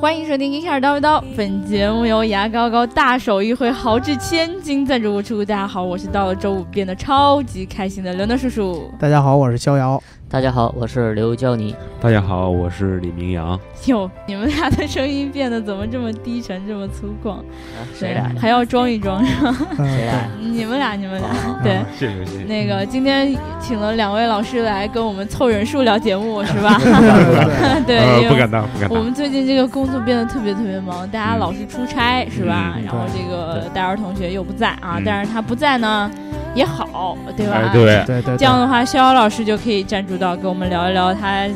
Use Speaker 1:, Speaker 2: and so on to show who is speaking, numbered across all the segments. Speaker 1: 欢迎收听《一开始叨一叨》，本节目由牙膏膏大手一挥豪掷千金赞助播出。大家好，我是到了周五变得超级开心的刘能叔叔。
Speaker 2: 大家好，我是逍 遥。
Speaker 3: 大家好，我是刘娇妮。
Speaker 1: 啊
Speaker 4: 大家好，我是李明阳。
Speaker 1: 哟，你们俩的声音变得怎么这么低沉，这么粗犷？
Speaker 3: 谁啊俩
Speaker 1: 还要装一装？
Speaker 2: 嗯
Speaker 3: 谁俩？
Speaker 1: 你们俩，你们俩，
Speaker 3: 哦
Speaker 1: 对。
Speaker 4: 谢谢谢谢。
Speaker 1: 那个，今天请了两位老师来跟我们凑人数聊节目，是 吧？ 对，因为
Speaker 4: 呃，不敢当，不敢
Speaker 1: 我
Speaker 4: 当。
Speaker 1: 们最近这个工作变得特别特别忙，大家老是出差是吧？
Speaker 4: 嗯
Speaker 1: 然后这个戴尔同学又不在啊，
Speaker 4: 嗯
Speaker 1: 但是他不在呢也好，对吧？
Speaker 4: 哎，对，
Speaker 2: 对对，
Speaker 1: 这样的话，逍遥老师就可以站住到，跟我们聊一聊他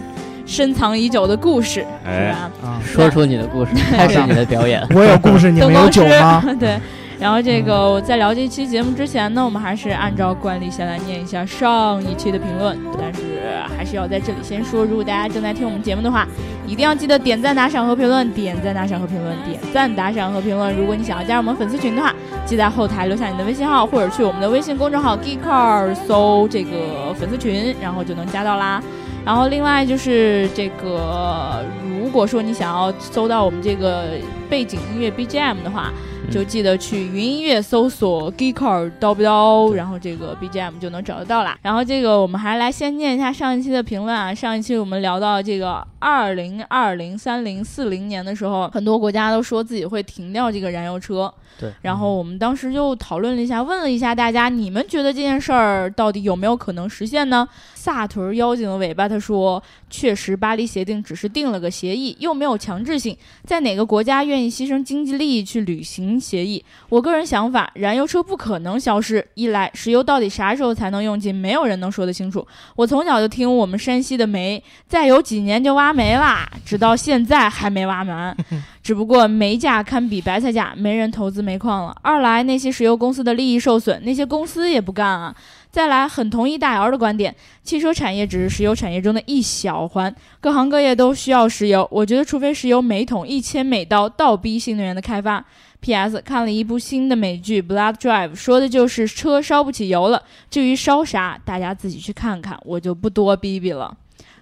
Speaker 1: 深藏已久的故事，是
Speaker 4: 哎
Speaker 1: 吧？
Speaker 2: 对啊，
Speaker 3: 说出你的 故事，开始你的表演。
Speaker 2: 我有故事，你们有酒吗？
Speaker 1: 对。然后这个，我在聊这期节目之前呢，我们还是按照惯例先来念一下上一期的评论，但是呃还是要在这里先说，如果大家正在听我们节目的话，一定要记得点赞、打赏和评论，点赞、打赏和评论，点赞、打赏和评论。如果你想要加入我们粉丝群的话，记在后台留下你的微信号，或者去我们的微信公众号 Geekcar 搜这个粉丝群，然后就能加到啦。然后另外就是这个，如果说你想要搜到我们这个背景音乐 BGM 的话，
Speaker 3: 嗯
Speaker 1: 就记得去云音乐搜索 Geekcar 叨不叨，然后这个 BGM 就能找得到啦。然后这个我们还来先念一下上一期的评论啊，上一期我们聊到这个二零二零、三零、四零年的时候，很多国家都说自己会停掉这个燃油车，
Speaker 3: 对
Speaker 1: 然后我们当时就讨论了一下，问了一下大家，你们觉得这件事儿到底有没有可能实现呢？萨图尔妖精的尾巴他说，确实，巴黎协定只是定了个协议，又没有强制性，在哪个国家愿意牺牲经济利益去履行协议？我个人想法，燃油车不可能消失。一来，石油到底啥时候才能用尽，没有人能说得清楚。我从小就听我们山西的煤，再有几年就挖没啦，直到现在还没挖完。只不过煤价堪比白菜价，没人投资煤矿了。二来，那些石油公司的利益受损，那些公司也不干啊。再来，很同意大姚的观点，汽车产业只是石油产业中的一小环，各行各业都需要石油。我觉得，除非石油每桶一千美刀，倒逼新能源的开发。P.S. 看了一部新的美剧《Blood Drive》，说的就是车烧不起油了。至于烧啥，大家自己去看看，我就不多逼逼了。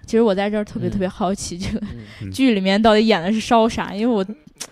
Speaker 1: 其实我在这儿特别
Speaker 3: 嗯
Speaker 1: 特别好奇，这个
Speaker 3: 嗯
Speaker 1: 剧里面到底演的是烧啥？因为我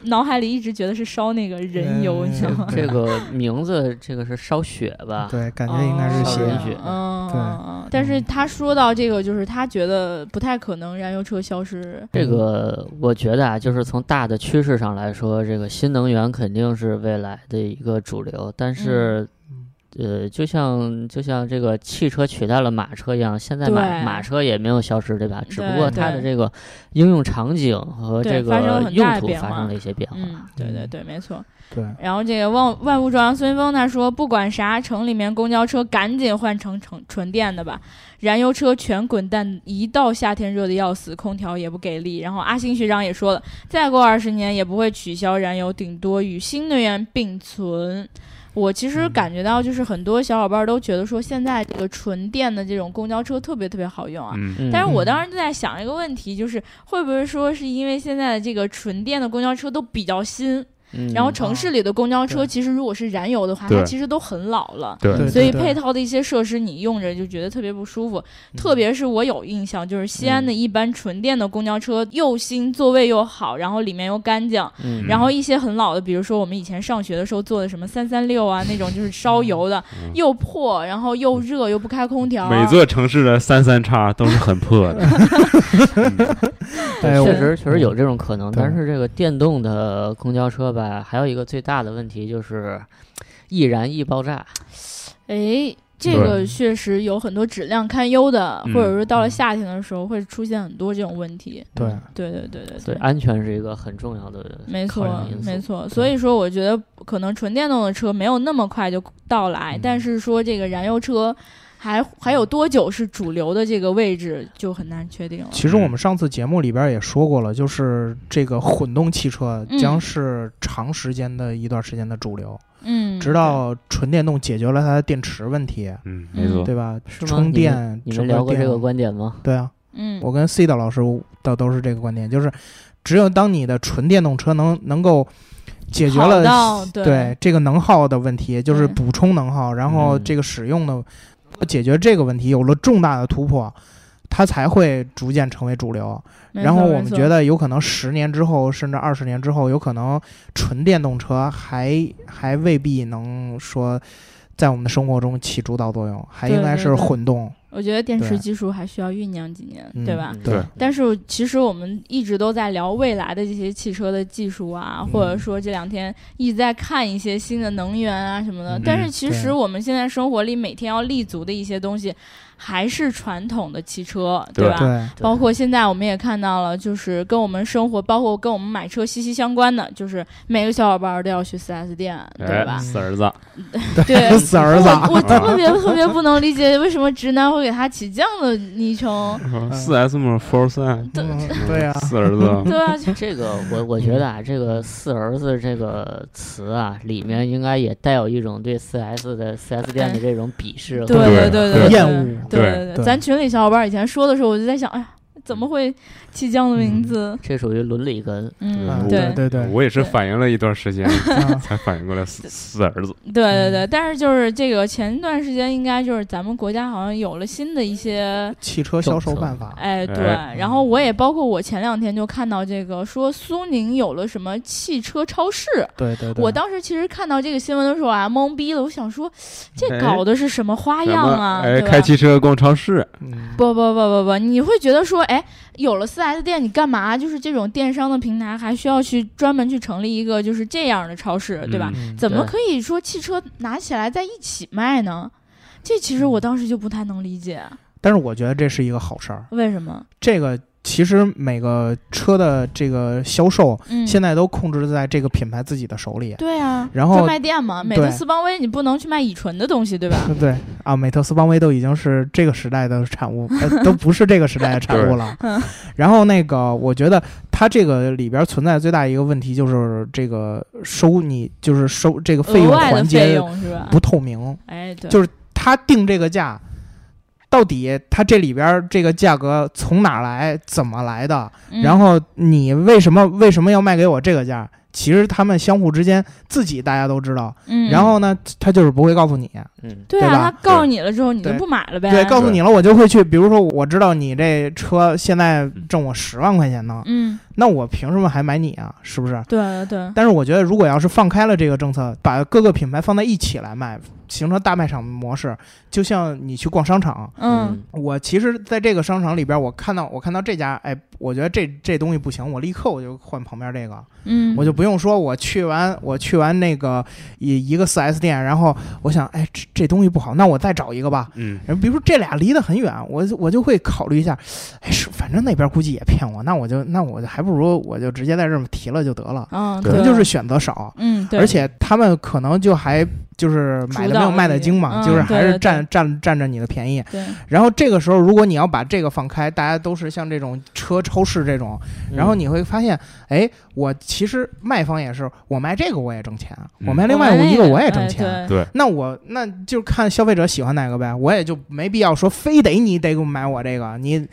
Speaker 1: 脑海里一直觉得是烧那个人油，
Speaker 2: 嗯
Speaker 1: 你知道吗？
Speaker 2: 对
Speaker 3: 这个名字，这个是烧雪吧？
Speaker 2: 对，感觉应该是
Speaker 1: 哦
Speaker 3: 烧人
Speaker 2: 邪。
Speaker 3: 血
Speaker 1: 嗯，
Speaker 2: 对
Speaker 1: 嗯嗯但是他说到这个，就是他觉得不太可能燃油车消失。
Speaker 3: 这个我觉得啊，就是从大的趋势上来说，这个新能源肯定是未来的一个主流。但是，
Speaker 1: 嗯
Speaker 3: 呃，就像就像这个汽车取代了马车一样，现在马
Speaker 1: 对
Speaker 3: 马车也没有消失，对吧？只不
Speaker 1: 对
Speaker 3: 过它
Speaker 1: 对
Speaker 3: 的这个应用场景和
Speaker 1: 对
Speaker 3: 这
Speaker 1: 发生了很
Speaker 3: 个
Speaker 1: 大
Speaker 3: 用
Speaker 1: 的
Speaker 3: 途
Speaker 1: 变
Speaker 3: 发
Speaker 1: 化
Speaker 3: 生了一些变化。
Speaker 1: 嗯，对对对，没错。
Speaker 2: 对，
Speaker 3: 哦
Speaker 1: 然后这个万万物朝阳孙峰他说，不管啥，城里面公交车赶紧换成成纯电的吧，燃油车全滚蛋！一到夏天热的要死，空调也不给力。然后阿星学长也说了，再过二十年也不会取消燃油，顶多与新能源并存。我其实感觉到，就是很多小伙伴都觉得说，现在这个纯电的这种公交车特别特别好用啊，
Speaker 4: 嗯，
Speaker 3: 嗯
Speaker 1: 但是我当时就在想一个问题，就是会不会说是因为现在的这个纯电的公交车都比较新，
Speaker 3: 嗯
Speaker 1: 然后城市里的公交车
Speaker 2: 对
Speaker 1: 其实如果是燃油的话，它
Speaker 4: 对
Speaker 1: 其实都很老了。
Speaker 4: 对嗯
Speaker 2: 对
Speaker 1: 所以配套的一些设施，你用着就觉得特别不舒服。特别是我有印象，就是西安的一般纯电的公交车又新，座位又好，然后里面又干净。
Speaker 3: 嗯
Speaker 1: 然后一些很老的，比如说我们以前上学的时候坐的什么三三六啊那种，就是烧油的，
Speaker 4: 嗯
Speaker 1: 又破，然后又热，又不开空调。
Speaker 4: 每座城市的三三叉都是很破的。
Speaker 3: 对
Speaker 2: 哎，我
Speaker 3: 确实确实有这种可能，
Speaker 2: 对
Speaker 3: 但是这个电动的公交车吧，还有一个最大的问题就是易燃易爆炸。
Speaker 1: 哎，这
Speaker 4: 对
Speaker 1: 个确实有很多质量堪忧的，
Speaker 4: 嗯
Speaker 1: 或者说到了夏天的时候会出现很多这种问题。
Speaker 2: 对
Speaker 3: 嗯
Speaker 2: 嗯
Speaker 1: 对对对对
Speaker 3: 对，安全是一个很重要的
Speaker 1: 没
Speaker 3: 考
Speaker 1: 错
Speaker 3: 量因素。
Speaker 1: 没错。所以说，我觉得可能纯电动的车没有那么快就到来，
Speaker 3: 嗯
Speaker 1: 但是说这个燃油车还还有多久是主流的这个位置就很难确定了。
Speaker 2: 其实我们上次节目里边也说过了，就是这个混动汽车
Speaker 1: 嗯
Speaker 2: 将是长时间的一段时间的主流，
Speaker 1: 嗯，
Speaker 2: 直到纯电动解决了它的电池问题，
Speaker 4: 嗯，没错。
Speaker 2: 对吧？
Speaker 3: 是吗
Speaker 2: 充电
Speaker 3: 你
Speaker 2: 整
Speaker 3: 们
Speaker 2: 个
Speaker 3: 聊过这
Speaker 2: 电
Speaker 3: 个观点吗？
Speaker 2: 对啊，
Speaker 1: 嗯，
Speaker 2: 我跟 C 的老师都都是这个观点，就是只有当你的纯电动车能能够解决
Speaker 1: 跑
Speaker 2: 了
Speaker 1: 到对
Speaker 2: 这个能耗的问题，就是
Speaker 1: 对
Speaker 2: 补充能耗，然后
Speaker 3: 嗯
Speaker 2: 这个使用的解决这个问题有了重大的突破，它才会逐渐成为主流。
Speaker 1: 没
Speaker 2: 然
Speaker 1: 错
Speaker 2: 后我
Speaker 1: 没
Speaker 2: 们
Speaker 1: 错
Speaker 2: 觉得有可能十年之后，甚至二十年之后，有可能纯电动车还还未必能说在我们的生活中起主导作用，还
Speaker 1: 对
Speaker 2: 应该
Speaker 1: 对
Speaker 2: 是
Speaker 1: 对
Speaker 2: 混动。
Speaker 1: 我觉得电池
Speaker 2: 对
Speaker 1: 技术还需要酝酿几年，
Speaker 2: 嗯
Speaker 1: 对吧？
Speaker 3: 嗯
Speaker 2: 对
Speaker 1: 但是其实我们一直都在聊未来的这些汽车的技术啊，
Speaker 2: 嗯
Speaker 1: 或者说这两天一直在看一些新的能源啊什么的。
Speaker 2: 嗯
Speaker 1: 但是其实
Speaker 2: 对
Speaker 1: 我们现在生活里每天要立足的一些东西，还是传统的汽车，
Speaker 4: 对
Speaker 1: 吧？
Speaker 2: 对，
Speaker 3: 对
Speaker 1: 包括现在我们也看到了，就是跟我们生活，包括跟我们买车息息相关的，就是每个小伙伴都要去 4S 店，对
Speaker 4: 哎，
Speaker 1: 吧？
Speaker 4: 死儿子，
Speaker 1: 对
Speaker 2: 死儿子啊
Speaker 1: 我我特别特别不能理解，为什么直男会给他起这样的昵 称？
Speaker 4: 四 S 嘛，Four 三，
Speaker 1: 对
Speaker 2: 嗯对呀，
Speaker 4: 四儿子，
Speaker 1: 对啊，
Speaker 3: 嗯这个我我觉得啊，这个“四儿子”这个词啊，里面应该也带有一种对四 S 的四 S 店的这种鄙视
Speaker 1: 哎
Speaker 3: 和。
Speaker 1: 对
Speaker 4: 对
Speaker 1: 对
Speaker 4: 对
Speaker 2: 厌恶
Speaker 1: 对
Speaker 4: 对
Speaker 1: 对对，
Speaker 2: 对
Speaker 1: 咱群里小伙伴以前说的时候，我就在想，哎呀，怎么会起这样的名字？
Speaker 3: 这属于伦理根。
Speaker 1: 嗯，
Speaker 2: 嗯，
Speaker 1: 对
Speaker 2: 对对，
Speaker 4: 我也是反应了一段时间
Speaker 2: 嗯
Speaker 4: 才反应过来四四儿子，
Speaker 1: 对对对，但是就是这个前段时间，应该就是咱们国家好像有了新的一些。
Speaker 2: 汽车销售办法，
Speaker 1: 哎，对，
Speaker 4: 哎
Speaker 1: 然后我也包括我前两天就看到这个说苏宁有了什么汽车超市，
Speaker 2: 对对对，
Speaker 1: 我当时其实看到这个新闻的时候啊，懵逼了，我想说这
Speaker 4: 哎
Speaker 1: 搞的是什么花
Speaker 4: 什
Speaker 1: 样
Speaker 4: 么
Speaker 1: 啊？
Speaker 4: 哎，
Speaker 1: 对吧
Speaker 4: 开汽车逛超市，
Speaker 2: 嗯
Speaker 1: 不不不不不，你会觉得说，哎，有了 4S 店，你干嘛？就是这种电商的平台，还需要去专门去成立一个就是这样的超市，对吧？
Speaker 2: 嗯
Speaker 1: 怎么
Speaker 3: 对
Speaker 1: 可以说汽车拿起来在一起卖呢？这其实
Speaker 2: 嗯
Speaker 1: 我当时就不太能理解，
Speaker 2: 但是我觉得这是一个好事儿。
Speaker 1: 为什么？
Speaker 2: 这个其实每个车的这个销售
Speaker 1: 嗯，
Speaker 2: 现在都控制在这个品牌自己的手里。
Speaker 1: 对啊，
Speaker 2: 然后
Speaker 1: 专卖店嘛，美特
Speaker 2: 对
Speaker 1: 斯邦威你不能去卖乙醇的东西，对吧？。
Speaker 2: 对对啊，美特斯邦威都已经是这个时代的产物，呃、都不是这个时代的产物了
Speaker 1: 嗯
Speaker 2: 然后那个，我觉得它这个里边存在最大一个问题就是这个收你就是收这个 费
Speaker 1: 额
Speaker 2: 用
Speaker 1: 外的
Speaker 2: 环
Speaker 1: 费
Speaker 2: 节
Speaker 1: 用啊是吧？
Speaker 2: 不透明，
Speaker 1: 哎，对，
Speaker 2: 就是他定这个价。到底它这里边这个价格从哪儿来，怎么来的？
Speaker 1: 嗯
Speaker 2: 然后你为什么为什么要卖给我这个价？其实他们相互之间自己大家都知道，
Speaker 1: 嗯，
Speaker 2: 然后呢，他就是不会告诉你。
Speaker 3: 嗯，
Speaker 1: 对
Speaker 2: 对
Speaker 1: 啊，
Speaker 2: 吧
Speaker 1: 他告诉你了之后，你就
Speaker 2: 对
Speaker 1: 不买了呗？
Speaker 2: 对，告诉你了，我就会去。比如说，我知道你这车现在挣我十万块钱呢，
Speaker 1: 嗯，
Speaker 2: 那我凭什么还买你啊？是不是？
Speaker 1: 对对对，
Speaker 2: 但是我觉得，如果要是放开了这个政策，把各个品牌放在一起来卖，形成大卖场模式，就像你去逛商场，
Speaker 1: 嗯，
Speaker 2: 我其实在这个商场里边，我看到我看到这家，哎，我觉得这这东西不行，我立刻我就换旁边这个。
Speaker 1: 嗯，
Speaker 2: 我就不用说，我去完我去完那个一一个4 S 店，然后我想，哎，这这东西不好，那我再找一个吧。
Speaker 4: 嗯，
Speaker 2: 然后比如说这俩离得很远，我我就会考虑一下，哎，是反正那边估计也骗我，那我就那我就还不如我就直接在这么提了就得了，
Speaker 1: 嗯，
Speaker 2: 可
Speaker 1: 对，
Speaker 2: 能就是选择少，
Speaker 1: 嗯，对，
Speaker 2: 而且他们可能就还就是买
Speaker 1: 主
Speaker 2: 的
Speaker 1: 导
Speaker 2: 没有卖的
Speaker 1: 你
Speaker 2: 精嘛，
Speaker 1: 嗯
Speaker 2: 就是还
Speaker 1: 对
Speaker 2: 是
Speaker 1: 对
Speaker 2: 占占占着你的便宜。
Speaker 1: 对，
Speaker 2: 然后这个时候，如果你要把这个放开，大家都是像这种车超市这种，然后你会发现，哎，我其实卖方也是，我卖这个我也挣钱，
Speaker 4: 嗯
Speaker 2: 我卖另
Speaker 1: 我
Speaker 2: 外
Speaker 1: 们
Speaker 2: 一个我也
Speaker 1: 哎
Speaker 2: 挣钱。
Speaker 1: 对，
Speaker 4: 对，
Speaker 2: 那我那就看消费者喜欢哪个呗，我也就没必要说非得你得给我买我这个。你，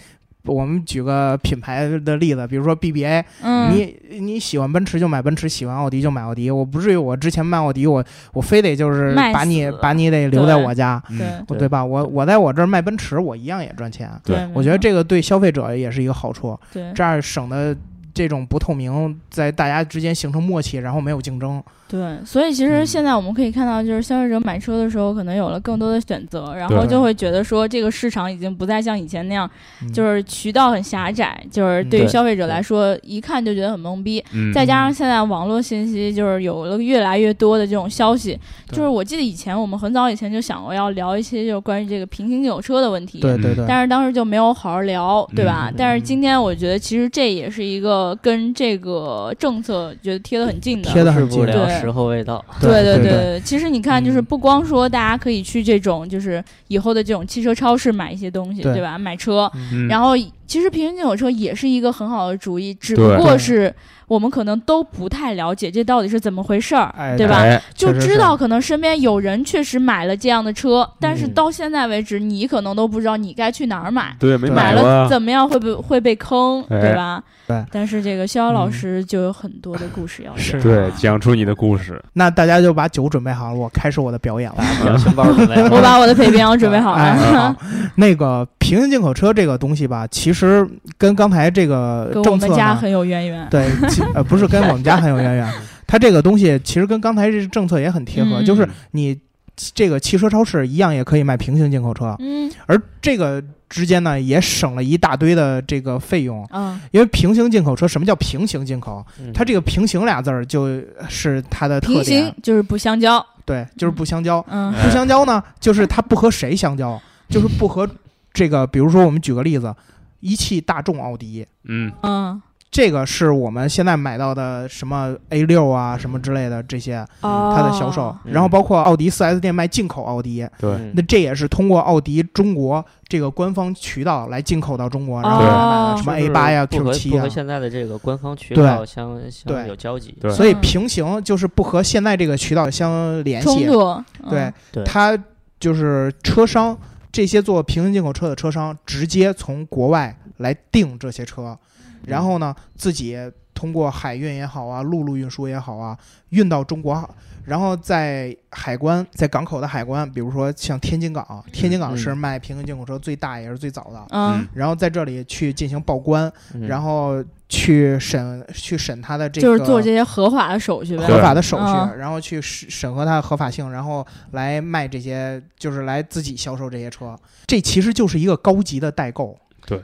Speaker 2: 我们举个品牌的例子，比如说 BBA，、
Speaker 1: 嗯，
Speaker 2: 你你喜欢奔驰就买奔驰，喜欢奥迪就买奥迪，我不至于我之前卖奥迪，我我非得就是
Speaker 1: 卖
Speaker 2: 把你
Speaker 1: 死
Speaker 2: 把你得留在
Speaker 1: 对
Speaker 2: 我家。
Speaker 1: 对
Speaker 2: 对
Speaker 3: 对
Speaker 2: 吧？我我在我这儿卖奔驰，我一样也赚钱。
Speaker 4: 对
Speaker 1: 对，
Speaker 2: 我觉得这个对消费者也是一个好处，
Speaker 1: 嗯对
Speaker 2: 这样省得这种不透明在大家之间形成默契，然后没有竞争。
Speaker 1: 对，所以其实
Speaker 2: 嗯
Speaker 1: 现在我们可以看到，就是消费者买车的时候，可能有了更多的选择，然后
Speaker 4: 对
Speaker 1: 就会觉得说，这个市场已经不再像以前那样，
Speaker 2: 嗯
Speaker 1: 就是渠道很狭窄，就是对于
Speaker 3: 对
Speaker 1: 消费者
Speaker 3: 对
Speaker 1: 来说，一看就觉得很懵逼。
Speaker 4: 嗯，
Speaker 1: 再加上现在网络信息就是有了越来越多的这种消息，
Speaker 2: 对
Speaker 1: 就是我记得以前我们很早以前就想过要聊一些就是关于这个平行有车的问题，
Speaker 2: 对对对，
Speaker 1: 但是当时就没有好好聊，对吧？
Speaker 2: 嗯
Speaker 1: 但是今天我觉得其实这也是一个跟这个政策觉得贴得很近的。
Speaker 2: 贴的很
Speaker 3: 治不
Speaker 2: 近。
Speaker 3: 了
Speaker 1: 对
Speaker 3: 时候未到。
Speaker 1: 对
Speaker 2: 对
Speaker 1: 对
Speaker 2: 对，
Speaker 1: 其实你看，就是
Speaker 2: 嗯
Speaker 1: 不光说大家可以去这种，就是以后的这种汽车超市买一些东西，
Speaker 2: 对
Speaker 1: 对吧？买车，
Speaker 4: 嗯
Speaker 1: 然后其实平行进口车也是一个很好的主意，只不
Speaker 4: 对
Speaker 1: 过是我们可能都不太了解这到底是怎么回事儿，
Speaker 2: 哎
Speaker 1: 对吧？
Speaker 4: 哎
Speaker 1: 就
Speaker 2: 确实
Speaker 1: 知
Speaker 2: 是
Speaker 1: 道可能身边有人确实买了这样的车，但是
Speaker 3: 嗯
Speaker 1: 到现在为止，你可能都不知道你该去哪儿买，
Speaker 4: 对，没
Speaker 2: 对
Speaker 1: 买
Speaker 4: 过
Speaker 1: 了
Speaker 4: 啊，
Speaker 1: 怎么样会被会被坑，
Speaker 4: 哎
Speaker 1: 对吧？
Speaker 2: 对，嗯
Speaker 1: 但是这个逍遥老师就有很多的故事要讲。
Speaker 2: 是
Speaker 4: 对，讲出你的故事。
Speaker 2: 那大家就把酒准备好了，我开始我的表演了。
Speaker 3: 表情包准备好了，
Speaker 1: 我把我的北冰洋 准备好
Speaker 2: 哎
Speaker 1: 了，
Speaker 2: 好 那个平行进口车这个东西吧，其实跟刚才这个
Speaker 1: 跟我
Speaker 2: 政策
Speaker 1: 们家
Speaker 2: 呢，
Speaker 1: 很有渊源。
Speaker 2: 对，其呃，不是跟我们家很有渊源。 它这个东西其实跟刚才这政策也很贴合，
Speaker 1: 嗯
Speaker 2: 就是你这个汽车超市一样也可以卖平行进口车，
Speaker 1: 嗯
Speaker 2: 而这个之间呢也省了一大堆的这个费用。
Speaker 1: 嗯，
Speaker 2: 因为平行进口车，什么叫平行进口？它
Speaker 3: 嗯
Speaker 2: 这个“平行”俩字儿就是它的特
Speaker 1: 平
Speaker 2: 点
Speaker 1: 行，就是不相交。
Speaker 2: 对，就是不相交。
Speaker 1: 嗯
Speaker 2: 不相交呢，就是它不和谁相交，就是不和这个，比如说我们举个例子，一汽大众奥迪，
Speaker 4: 嗯，
Speaker 1: 嗯
Speaker 2: 这个是我们现在买到的什么 A 六啊什么之类的这些
Speaker 1: 哦，
Speaker 2: 它的销售，
Speaker 3: 嗯
Speaker 2: 然后包括奥迪 4S 店卖进口奥迪，
Speaker 4: 对，
Speaker 2: 那这也是通过奥迪中国这个官方渠道来进口到中国，然后来买
Speaker 1: 哦
Speaker 2: 的什么 A 八呀、
Speaker 3: 不
Speaker 2: Q
Speaker 3: 和
Speaker 2: 七
Speaker 3: 不
Speaker 2: 呀
Speaker 3: 和。现在的这个官方渠
Speaker 2: 对
Speaker 3: 道相相
Speaker 2: 对
Speaker 3: 有交集，
Speaker 4: 对
Speaker 2: 所以平行就是不和现在这个渠道相联
Speaker 1: 冲
Speaker 2: 系，
Speaker 1: 突。
Speaker 2: 对
Speaker 1: 嗯，
Speaker 3: 对
Speaker 2: 它就是车商这些做平行进口车的车商，直接从国外来订这些车，
Speaker 1: 嗯
Speaker 2: 然后呢，自己通过海运也好啊，陆路运输也好啊，运到中国，然后在海关，在港口的海关，比如说像天津港，天津港是卖平行进口车最大也是最早的，
Speaker 1: 嗯，
Speaker 2: 然后在这里去进行报关，
Speaker 3: 嗯
Speaker 2: 然后去审去审它的这个
Speaker 1: 就是做这些合法的手续呗。
Speaker 2: 合法的手续，
Speaker 1: 嗯
Speaker 2: 然后去审审核它的合法性，然后来卖这些，就是来自己销售这些车。这其实就是一个高级的代购，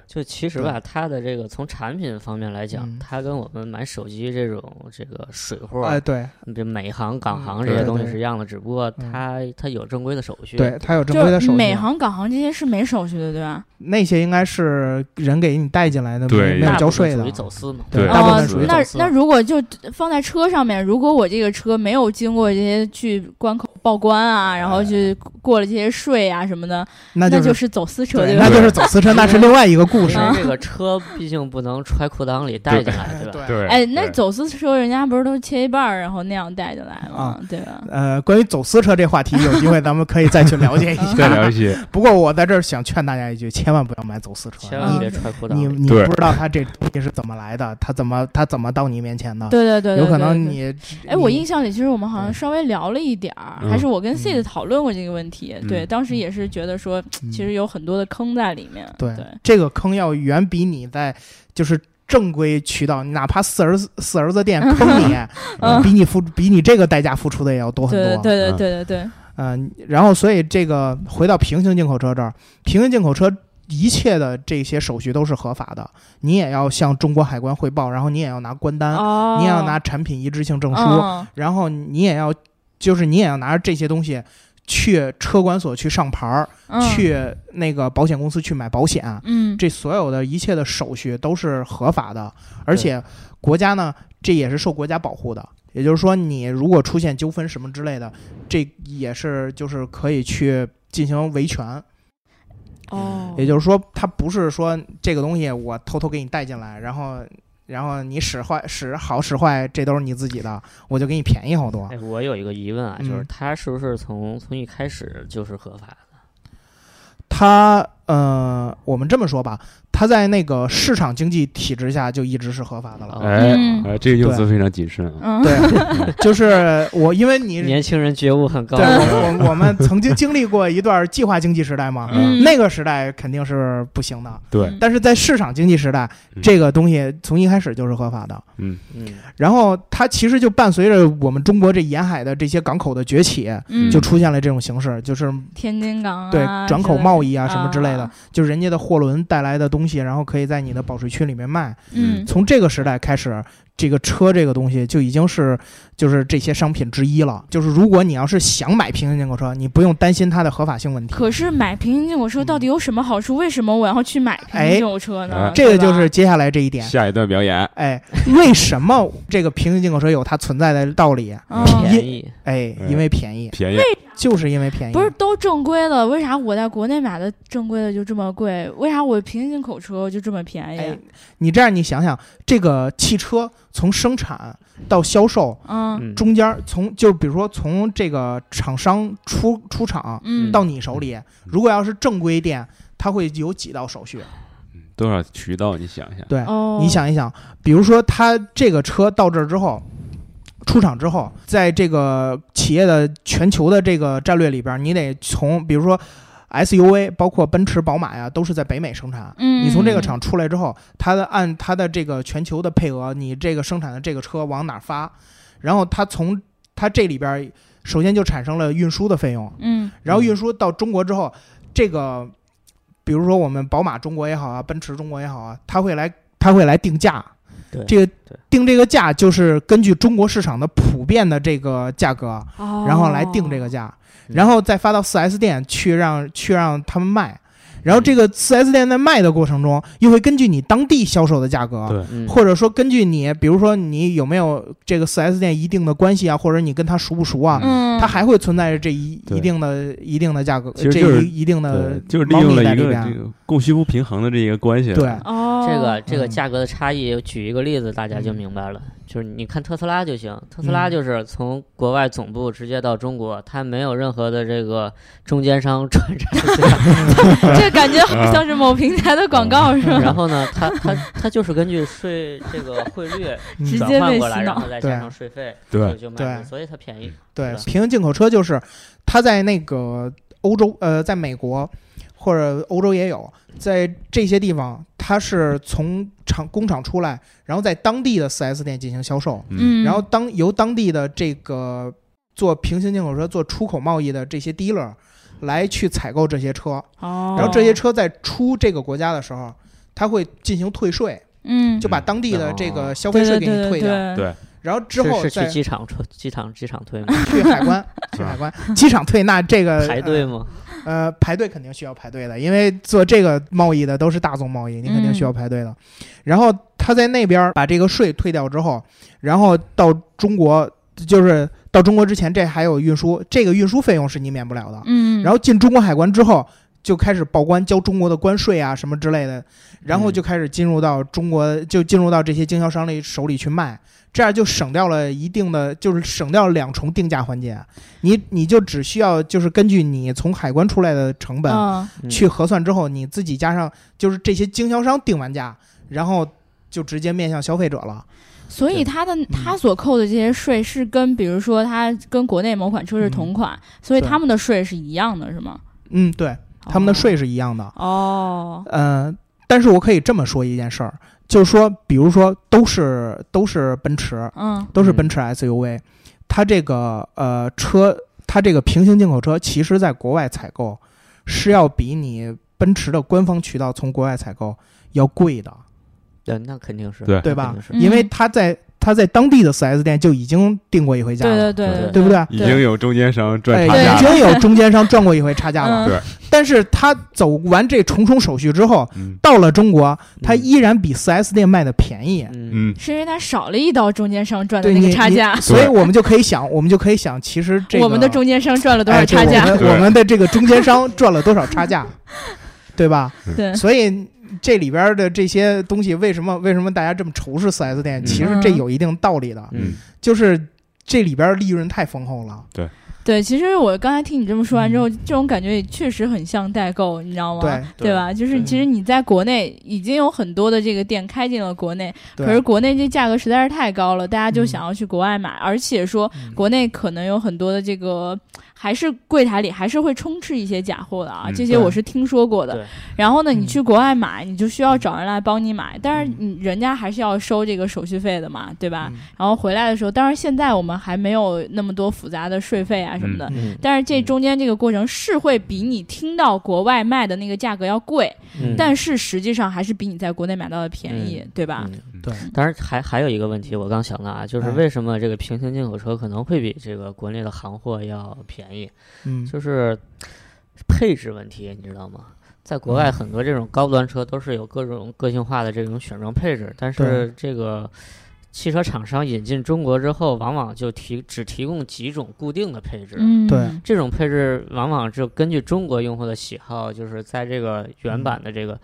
Speaker 3: 就其实吧，它的这个从产品方面来讲，
Speaker 2: 嗯
Speaker 3: 它跟我们买手机这种这个水货，
Speaker 2: 哎、对
Speaker 3: 这美行、港行
Speaker 2: 嗯
Speaker 3: 这些
Speaker 2: 对
Speaker 3: 东西
Speaker 2: 对
Speaker 3: 是一样的，只不过
Speaker 2: 嗯
Speaker 3: 它它有正规的手续。
Speaker 2: 对，它有正规的
Speaker 1: 就是
Speaker 2: 手
Speaker 1: 美
Speaker 2: 续，
Speaker 1: 行、港行这些是没手续的，对吧？
Speaker 2: 那些应该是人给你带进来的，
Speaker 4: 对
Speaker 2: 没没
Speaker 3: 大
Speaker 2: 有
Speaker 3: 部
Speaker 2: 交
Speaker 3: 分
Speaker 2: 税
Speaker 3: 属
Speaker 2: 的
Speaker 3: 于。走私嘛。啊
Speaker 4: 对
Speaker 2: 大部
Speaker 1: 哦
Speaker 2: 分属于
Speaker 4: 对
Speaker 1: 那
Speaker 2: 走私。
Speaker 1: 那如果就放在车上面，如果我这个车没有经过这些去关口报关啊，然后去过了这些税啊什么的，
Speaker 2: 那
Speaker 1: 那
Speaker 2: 就
Speaker 1: 就是是走私车
Speaker 2: 对，
Speaker 1: 吧
Speaker 2: 那？就是走私车，那是另外一个故
Speaker 3: 因
Speaker 2: 事。
Speaker 3: 为这个车毕竟不能揣裤裆里带进
Speaker 2: 呃
Speaker 3: 来，对吧？
Speaker 4: 对，
Speaker 1: 哎，那
Speaker 4: 对
Speaker 1: 走私车人家不是都切一半儿，然后那样带进来吗？
Speaker 2: 啊
Speaker 1: 对吧？
Speaker 2: 呃，关于走私车这话题，有机会咱们可以再去了解一
Speaker 4: 再聊
Speaker 2: 下
Speaker 4: 一。些，
Speaker 2: 不过我在这儿想劝大家一句，千万不要买走私车，
Speaker 3: 千万
Speaker 1: 嗯
Speaker 3: 别揣裤裆
Speaker 2: 你
Speaker 3: 里。
Speaker 2: 你
Speaker 4: 对
Speaker 2: 不知道他这东西是怎么来的，他怎么他怎么到你面前的？
Speaker 1: 对对对对，
Speaker 2: 有可能
Speaker 1: 对对
Speaker 2: 你
Speaker 1: 哎，我印象里其实我们好像
Speaker 2: 对
Speaker 1: 稍微聊了一点儿，
Speaker 4: 嗯
Speaker 1: 还是我跟 C 的讨论过这个问题。
Speaker 4: 嗯
Speaker 1: 对，当时也是觉得说，
Speaker 2: 嗯
Speaker 1: 其实有很多的坑在里面。
Speaker 2: 对
Speaker 1: 对，
Speaker 2: 这个坑要远比你在就是正规渠道，你哪怕四儿子四儿子店坑你，呃
Speaker 1: 嗯
Speaker 2: 比你付比你这个代价付出的也要多很
Speaker 1: 对
Speaker 2: 多。
Speaker 1: 对对
Speaker 4: 嗯
Speaker 1: 对对对，
Speaker 2: 嗯、然后所以这个回到平行进口车这儿，平行进口车。一切的这些手续都是合法的，你也要向中国海关汇报，然后你也要拿关单，
Speaker 1: 哦，
Speaker 2: 你也要拿产品一致性证书，
Speaker 1: 嗯
Speaker 2: 然后你也要，就是你也要拿着这些东西去车管所去上牌儿，
Speaker 1: 嗯
Speaker 2: 去那个保险公司去买保险，
Speaker 1: 嗯
Speaker 2: 这所有的一切的手续都是合法的，而且国家呢，这也是受国家保护的。也就是说，你如果出现纠纷什么之类的，这也是就是可以去进行维权。
Speaker 1: 哦，
Speaker 2: 也就是说，它不是说这个东西我偷偷给你带进来，然后然后你使坏使好使坏，这都是你自己的，我就给你便宜好多。
Speaker 3: 哎，我有一个疑问啊，就是
Speaker 2: 嗯
Speaker 3: 它是不是从从一开始就是合法的？
Speaker 2: 它呃，我们这么说吧，它在那个市场经济体制下就一直是合法的了。
Speaker 3: 哦
Speaker 4: 哎
Speaker 1: 嗯
Speaker 4: 哎，这个用词非常谨慎啊。
Speaker 1: 嗯
Speaker 2: 对， 就是我，因为你
Speaker 3: 年轻人觉悟很高
Speaker 2: 对，。我我我们曾经经历过一段计划经济时代嘛，
Speaker 1: 嗯
Speaker 2: 那个时代肯定是不行的。
Speaker 4: 对，
Speaker 2: 但是在市场经济时代，
Speaker 4: 嗯
Speaker 2: 这个东西从一开始就是合法的。
Speaker 4: 嗯，
Speaker 3: 嗯，
Speaker 2: 然后它其实就伴随着我们中国这沿海的这些港口的崛起，
Speaker 1: 嗯
Speaker 2: 就出现了这种形式，就是
Speaker 1: 天津港啊
Speaker 2: 对转口贸易啊
Speaker 1: 之
Speaker 2: 什么之类的
Speaker 1: 啊，
Speaker 2: 就人家的货轮带来的东西，然后可以在你的保税区里面卖。
Speaker 1: 嗯
Speaker 2: 从这个时代开始，这个车这个东西就已经是就是这些商品之一了。就是如果你要是想买平行进口车，你不用担心它的合法性问题。
Speaker 1: 可是买平行进口车到底有什么好处？为什么我要去买平行
Speaker 2: 哎
Speaker 1: 进口车呢
Speaker 4: 哎？
Speaker 2: 这
Speaker 1: 对
Speaker 2: 个就
Speaker 1: 吧
Speaker 2: 是接下来这一点。
Speaker 4: 下一段表演，
Speaker 2: 哎，为什么这个平行进口车有它存在的道理？
Speaker 1: 嗯
Speaker 3: 便宜，
Speaker 2: 哎，因为便宜，
Speaker 4: 便宜，
Speaker 2: 就是因为便宜。
Speaker 1: 不是，都正规了，为啥我在国内买的正规的就这么贵？为啥我平行进口车就这么便宜？
Speaker 2: 哎，你这样你想想，这个汽车从生产到销售
Speaker 1: 嗯
Speaker 3: 嗯，
Speaker 2: 中间儿从，就比如说从这个厂商出出厂
Speaker 1: 嗯，
Speaker 2: 到你手里，如果要是正规店，它会有几道手续。
Speaker 4: 多少渠道？你想一想，
Speaker 2: 对，
Speaker 1: 哦，
Speaker 2: 你想一想，比如说它这个车到这儿之后，出厂之后，在这个企业的全球的这个战略里边儿，你得从比如说 SUV，包括奔驰、宝马呀，都是在北美生产。
Speaker 1: 嗯，嗯，
Speaker 2: 你从这个厂出来之后，它的按它的这个全球的配额，你这个生产的这个车往哪儿发，然后它从它这里边儿，首先就产生了运输的费用，
Speaker 1: 嗯，
Speaker 2: 然后
Speaker 4: 嗯
Speaker 2: 运输到中国之后，这个比如说我们宝马中国也好啊，奔驰中国也好啊，它会来它会来定价
Speaker 3: 对，嗯
Speaker 2: 这个
Speaker 3: 对
Speaker 2: 定这个价就是根据中国市场的普遍的这个价格，
Speaker 1: 哦，
Speaker 2: 然后来定这个价，
Speaker 3: 嗯
Speaker 2: 然后再发到 4S 店去让去让他们卖，
Speaker 3: 嗯
Speaker 2: 然后这个 4S 店在卖的过程中，又会根据你当地销售的价格，
Speaker 4: 对
Speaker 3: 嗯，
Speaker 2: 或者说根据你，比如说你有没有这个 4S 店一定的关系啊，或者你跟他熟不熟啊，
Speaker 1: 嗯，
Speaker 2: 它还会存在着这一
Speaker 4: 对
Speaker 2: 一定的一定的价格，
Speaker 4: 其实就
Speaker 2: 这
Speaker 4: 是
Speaker 2: 一一定的
Speaker 4: 对，就是利用
Speaker 2: money
Speaker 4: 了
Speaker 2: 呃在
Speaker 4: 一
Speaker 2: 里
Speaker 4: 个
Speaker 2: 边
Speaker 4: 这个供需不平衡的这一个关系。
Speaker 2: 对，
Speaker 1: 哦，
Speaker 3: 这 个这个
Speaker 2: 嗯
Speaker 3: 价格的差异，举一个例子，大家就
Speaker 2: 嗯
Speaker 3: 明白了。就是你看特斯拉就行，特斯拉
Speaker 2: 嗯
Speaker 3: 就是从国外总部直接到中国，它没有任何的这个中间商转 账。
Speaker 1: 这感觉好像是某平台的广告
Speaker 2: 嗯
Speaker 1: 是吧？
Speaker 3: 然后呢，它它它就是根据税这个汇 率
Speaker 2: 嗯
Speaker 1: 直接
Speaker 3: 转换
Speaker 1: 被
Speaker 3: 过
Speaker 1: 洗
Speaker 3: 来，然
Speaker 1: 脑
Speaker 3: 后再
Speaker 2: 对
Speaker 3: 加上税费，
Speaker 4: 对
Speaker 3: 就就卖
Speaker 2: 对
Speaker 3: 出，所以它便宜。
Speaker 2: 对
Speaker 3: 是吧，
Speaker 2: 平行进口车就是它在那个欧洲，呃，在美国或者欧洲也有，在这些地方，它是从厂工厂出来，然后在当地的 4S 店进行销售，
Speaker 1: 嗯，
Speaker 2: 然后当由当地的这个做平行进口车、做出口贸易的这些 dealer 来去采购这些车，
Speaker 1: 哦，
Speaker 2: 然后这些车在出这个国家的时候，它会进行退税，
Speaker 1: 嗯，
Speaker 2: 就把
Speaker 4: 嗯
Speaker 2: 当地的这个消费
Speaker 1: 对
Speaker 2: 税
Speaker 1: 对
Speaker 2: 给你退
Speaker 1: 对
Speaker 2: 掉，
Speaker 1: 对
Speaker 4: 对
Speaker 2: 然后之后
Speaker 3: 是是
Speaker 2: 再
Speaker 3: 去机场退机场机场退吗？
Speaker 2: 去海 关，去海关机场退，那这个
Speaker 3: 排队吗？
Speaker 2: 呃，排队肯定需要排队的，因为做这个贸易的都是大宗贸易，你肯定
Speaker 1: 嗯
Speaker 2: 需要排队的。然后他在那边把这个税退掉之后，然后到中国，就是到中国之前，这还有运输，这个运输费用是你免不了的。
Speaker 1: 嗯，
Speaker 2: 然后进中国海关之后，就开始报关，交中国的关税啊什么之类的，然后
Speaker 3: 嗯
Speaker 2: 就开始进入到中国，就进入到这些经销商的手里去卖，这样就省掉了一定的，就是省掉了两重定价环节。啊你你就只需要就是根据你从海关出来的成本
Speaker 1: 嗯
Speaker 3: 嗯
Speaker 2: 去核算之后，你自己加上就是这些经销商定完价，然后就直接面向消费者了。
Speaker 1: 所以
Speaker 3: 对
Speaker 1: 它的
Speaker 2: 嗯
Speaker 1: 它所扣的这些税是跟，比如说它跟国内某款车是同款，所以
Speaker 2: 嗯对
Speaker 1: 他们的税是一样的，是吗？
Speaker 2: 嗯，对，他们的税是一样的。
Speaker 1: 哦，
Speaker 2: 嗯，但是我可以这么说一件事儿，就是说，比如说都是都是奔驰，
Speaker 1: 嗯
Speaker 2: 都是奔驰 SUV，、它这个呃车，它这个平行进口车，其实在国外采购是要比你奔驰的官方渠道从国外采购要贵的，
Speaker 3: 对，那肯定是，
Speaker 4: 对
Speaker 3: 那
Speaker 2: 对
Speaker 3: 肯
Speaker 2: 吧
Speaker 3: 定是
Speaker 1: 嗯
Speaker 2: 因为它在它在当地的 4S 店就已经定过一回价
Speaker 1: 对
Speaker 2: 了，
Speaker 1: 对对嗯
Speaker 3: 对
Speaker 2: 对不？对？
Speaker 4: 已经有中间商赚差
Speaker 1: 对
Speaker 2: 哎，
Speaker 4: 价
Speaker 2: 已
Speaker 4: 了。
Speaker 2: 经有中间商赚过一回差价了，
Speaker 1: 嗯
Speaker 4: 对
Speaker 2: 但是他走完这重重手续之后，
Speaker 4: 嗯
Speaker 2: 到了中国，它依然比 4S 店卖的便宜。
Speaker 3: 嗯
Speaker 4: 嗯，
Speaker 1: 是因为它少了一刀中间商赚的
Speaker 2: 对
Speaker 1: 那个
Speaker 2: 你
Speaker 1: 差
Speaker 2: 你
Speaker 1: 价，
Speaker 2: 所以我们就可以想，我们就可以想，其实这个
Speaker 1: 我们的中间商赚了多少
Speaker 2: 哎对
Speaker 1: 差价？
Speaker 2: 我们
Speaker 4: 对
Speaker 2: 我们的这个中间商赚了多少差 价，对吧？
Speaker 1: 对，
Speaker 2: 所以这里边的这些东西，为什么为什么大家这么仇视 4S 店？
Speaker 4: 嗯
Speaker 2: 其实这有一定道理的，
Speaker 4: 嗯
Speaker 2: 就是这里边利润太丰厚了。
Speaker 1: 对，其实我刚才听你这么说完之后，这种感觉也确实很像代购，你知道吗？
Speaker 2: 嗯对
Speaker 1: 对吧？就是
Speaker 3: 对
Speaker 1: 其实你在国内已经有很多的这个店开进了国内，
Speaker 2: 对，
Speaker 1: 可是国内这价格实在是太高了，大家就
Speaker 2: 嗯
Speaker 1: 想要去国外买，而且说
Speaker 2: 嗯
Speaker 1: 国内可能有很多的这个，还是柜台里还是会充斥一些假货的啊，
Speaker 4: 嗯
Speaker 1: 这些
Speaker 2: 对
Speaker 1: 我是听说过的
Speaker 3: 对。
Speaker 1: 然后呢，
Speaker 2: 嗯
Speaker 1: 你去国外买，你就需要找人来帮你买，但是你人家还是要收这个手续费的嘛，对吧？
Speaker 2: 嗯
Speaker 1: 然后回来的时候，当然现在我们还没有那么多复杂的税费啊什么的，
Speaker 3: 嗯
Speaker 1: 但是这中间这个过程是会比你听到国外卖的那个价格要贵，
Speaker 3: 嗯
Speaker 1: 但是实际上还是比你在国内买到的便宜，对吧？
Speaker 3: 嗯
Speaker 2: 对，
Speaker 3: 当然还还有一个问题，我刚想到啊，就是
Speaker 2: 哎
Speaker 3: 为什么这个平行进口车可能会比这个国内的行货要便宜，
Speaker 2: 嗯，
Speaker 3: 就是配置问题，你知道吗？在国外很多这种高端车都是有各种个性化的这种选装配置，但是这个汽车厂商引进中国之后，往往就提只提供几种固定的配置，
Speaker 1: 嗯，
Speaker 2: 对
Speaker 3: 这种
Speaker 2: 嗯
Speaker 3: 配置往往就根据中国用户的喜好，就是在这个原版的这个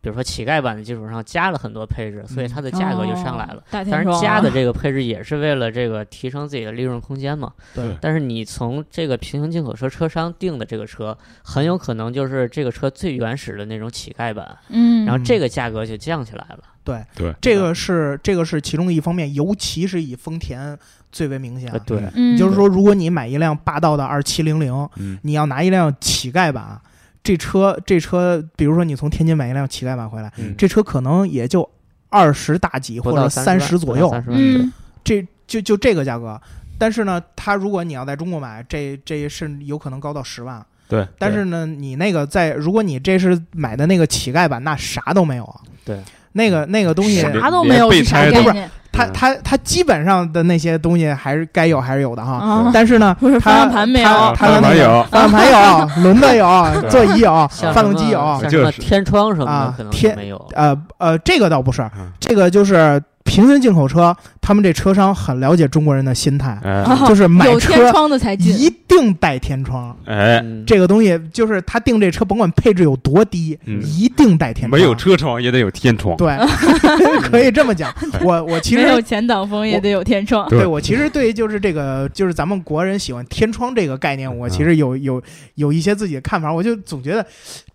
Speaker 3: 比如说乞丐版的基础上加了很多配置，
Speaker 2: 嗯
Speaker 3: 所以它的价格就上来了
Speaker 1: 哦。。大
Speaker 3: 当
Speaker 1: 天
Speaker 3: 然，
Speaker 1: 窗
Speaker 3: 加的这个配置也是为了这个提升自己的利润空间嘛。
Speaker 2: 对
Speaker 3: 但是你从这个平行进口车车商定的这个车，很有可能就是这个车最原始的那种乞丐版，
Speaker 1: 嗯，
Speaker 3: 然后这个价格就降起来了。
Speaker 4: 对，
Speaker 2: 这个是这个是其中的一方面，尤其是以丰田最为明显
Speaker 3: 呃，。对，
Speaker 1: 嗯，
Speaker 2: 也就是说，如果你买一辆霸道的二七零零，
Speaker 4: 嗯，
Speaker 2: 你要拿一辆乞丐版，这车这车，比如说你从天津买一辆乞丐版回来，
Speaker 4: 嗯
Speaker 2: 这车可能也就二十大几或
Speaker 3: 不
Speaker 2: 者
Speaker 3: 到
Speaker 2: 三十左右，
Speaker 3: 三十万对。
Speaker 1: 嗯，
Speaker 2: 这就就这个价格。但是呢，它如果你要在中国买，这这甚至有可能高到十万。
Speaker 4: 对，
Speaker 2: 但是呢，你那个在如果你这是买的那个乞丐版，那啥都没有啊。
Speaker 3: 对，
Speaker 2: 那个那个东西，
Speaker 1: 啥都没有
Speaker 4: 连
Speaker 1: 是啥
Speaker 4: 备胎
Speaker 1: 概
Speaker 4: 都
Speaker 1: 念
Speaker 2: 它
Speaker 4: 嗯
Speaker 2: 它它基本上的那些东西还是该有还是有的哈。
Speaker 1: 啊？
Speaker 2: 但是呢，
Speaker 1: 不是
Speaker 2: 它
Speaker 1: 方向盘没有
Speaker 2: 它
Speaker 4: 啊
Speaker 2: 它哦的
Speaker 4: 当
Speaker 2: 那
Speaker 4: 然
Speaker 2: 个
Speaker 4: 有，
Speaker 2: 方向盘 有，轮子有，
Speaker 4: 对
Speaker 2: 座椅有，
Speaker 3: 像
Speaker 2: 发动
Speaker 3: 什么
Speaker 2: 机有
Speaker 3: 像什么
Speaker 4: 就是
Speaker 3: 天窗什么
Speaker 2: 啊
Speaker 3: 的可能
Speaker 2: 天
Speaker 3: 就没有。
Speaker 2: 呃呃，这个倒不是，
Speaker 4: 嗯
Speaker 2: 这个就是平行进口车，他们这车商很了解中国人的心态，
Speaker 4: 哎
Speaker 2: 就是买
Speaker 1: 哦有天
Speaker 2: 车
Speaker 1: 窗的才进，
Speaker 2: 一定带天窗。
Speaker 4: 哎，
Speaker 3: 嗯
Speaker 2: 这个东西就是他定这车，甭管配置有多低，
Speaker 4: 嗯
Speaker 2: 一定带天窗。
Speaker 4: 没有车窗也得有天窗，
Speaker 2: 对， 可以这 么讲。我我其
Speaker 1: 没有
Speaker 2: 实
Speaker 1: 前挡风也
Speaker 2: 我
Speaker 1: 得有天 窗。
Speaker 4: 对
Speaker 2: 对我其实对于就是这个就是咱们国人喜欢天窗这个概念，我其实有有有一些自己的看法。我就总觉得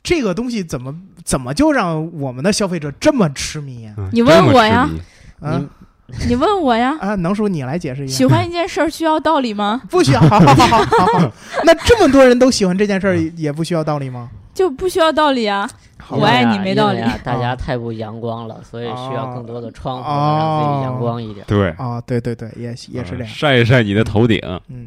Speaker 2: 这个东西怎么怎么就让我们的消费者这么痴迷啊？
Speaker 4: 嗯
Speaker 1: 你问我呀，
Speaker 2: 嗯
Speaker 1: 你问我呀，
Speaker 2: 啊，能叔你来解释一
Speaker 1: 喜
Speaker 2: 下？
Speaker 1: 欢一件事儿需要道理吗？
Speaker 2: 不需要，好好好好好好。 那这么多人都喜欢这件事儿，也不需要道理吗？
Speaker 1: 就不需要道理啊。
Speaker 2: 好
Speaker 1: 我
Speaker 2: 吧
Speaker 1: 爱
Speaker 3: 因为
Speaker 1: 你
Speaker 3: 啊
Speaker 1: 没
Speaker 3: 因
Speaker 1: 道
Speaker 3: 为
Speaker 1: 理
Speaker 3: 啊大家太不阳光了，所以需要更多
Speaker 2: 哦
Speaker 3: 的窗户，让自己阳光一点。
Speaker 4: 这么神秘
Speaker 2: 啊，对对对，也
Speaker 4: 对，
Speaker 2: 也是这
Speaker 4: 嗯
Speaker 2: 样。
Speaker 4: 晒一晒你的头顶，
Speaker 2: 嗯，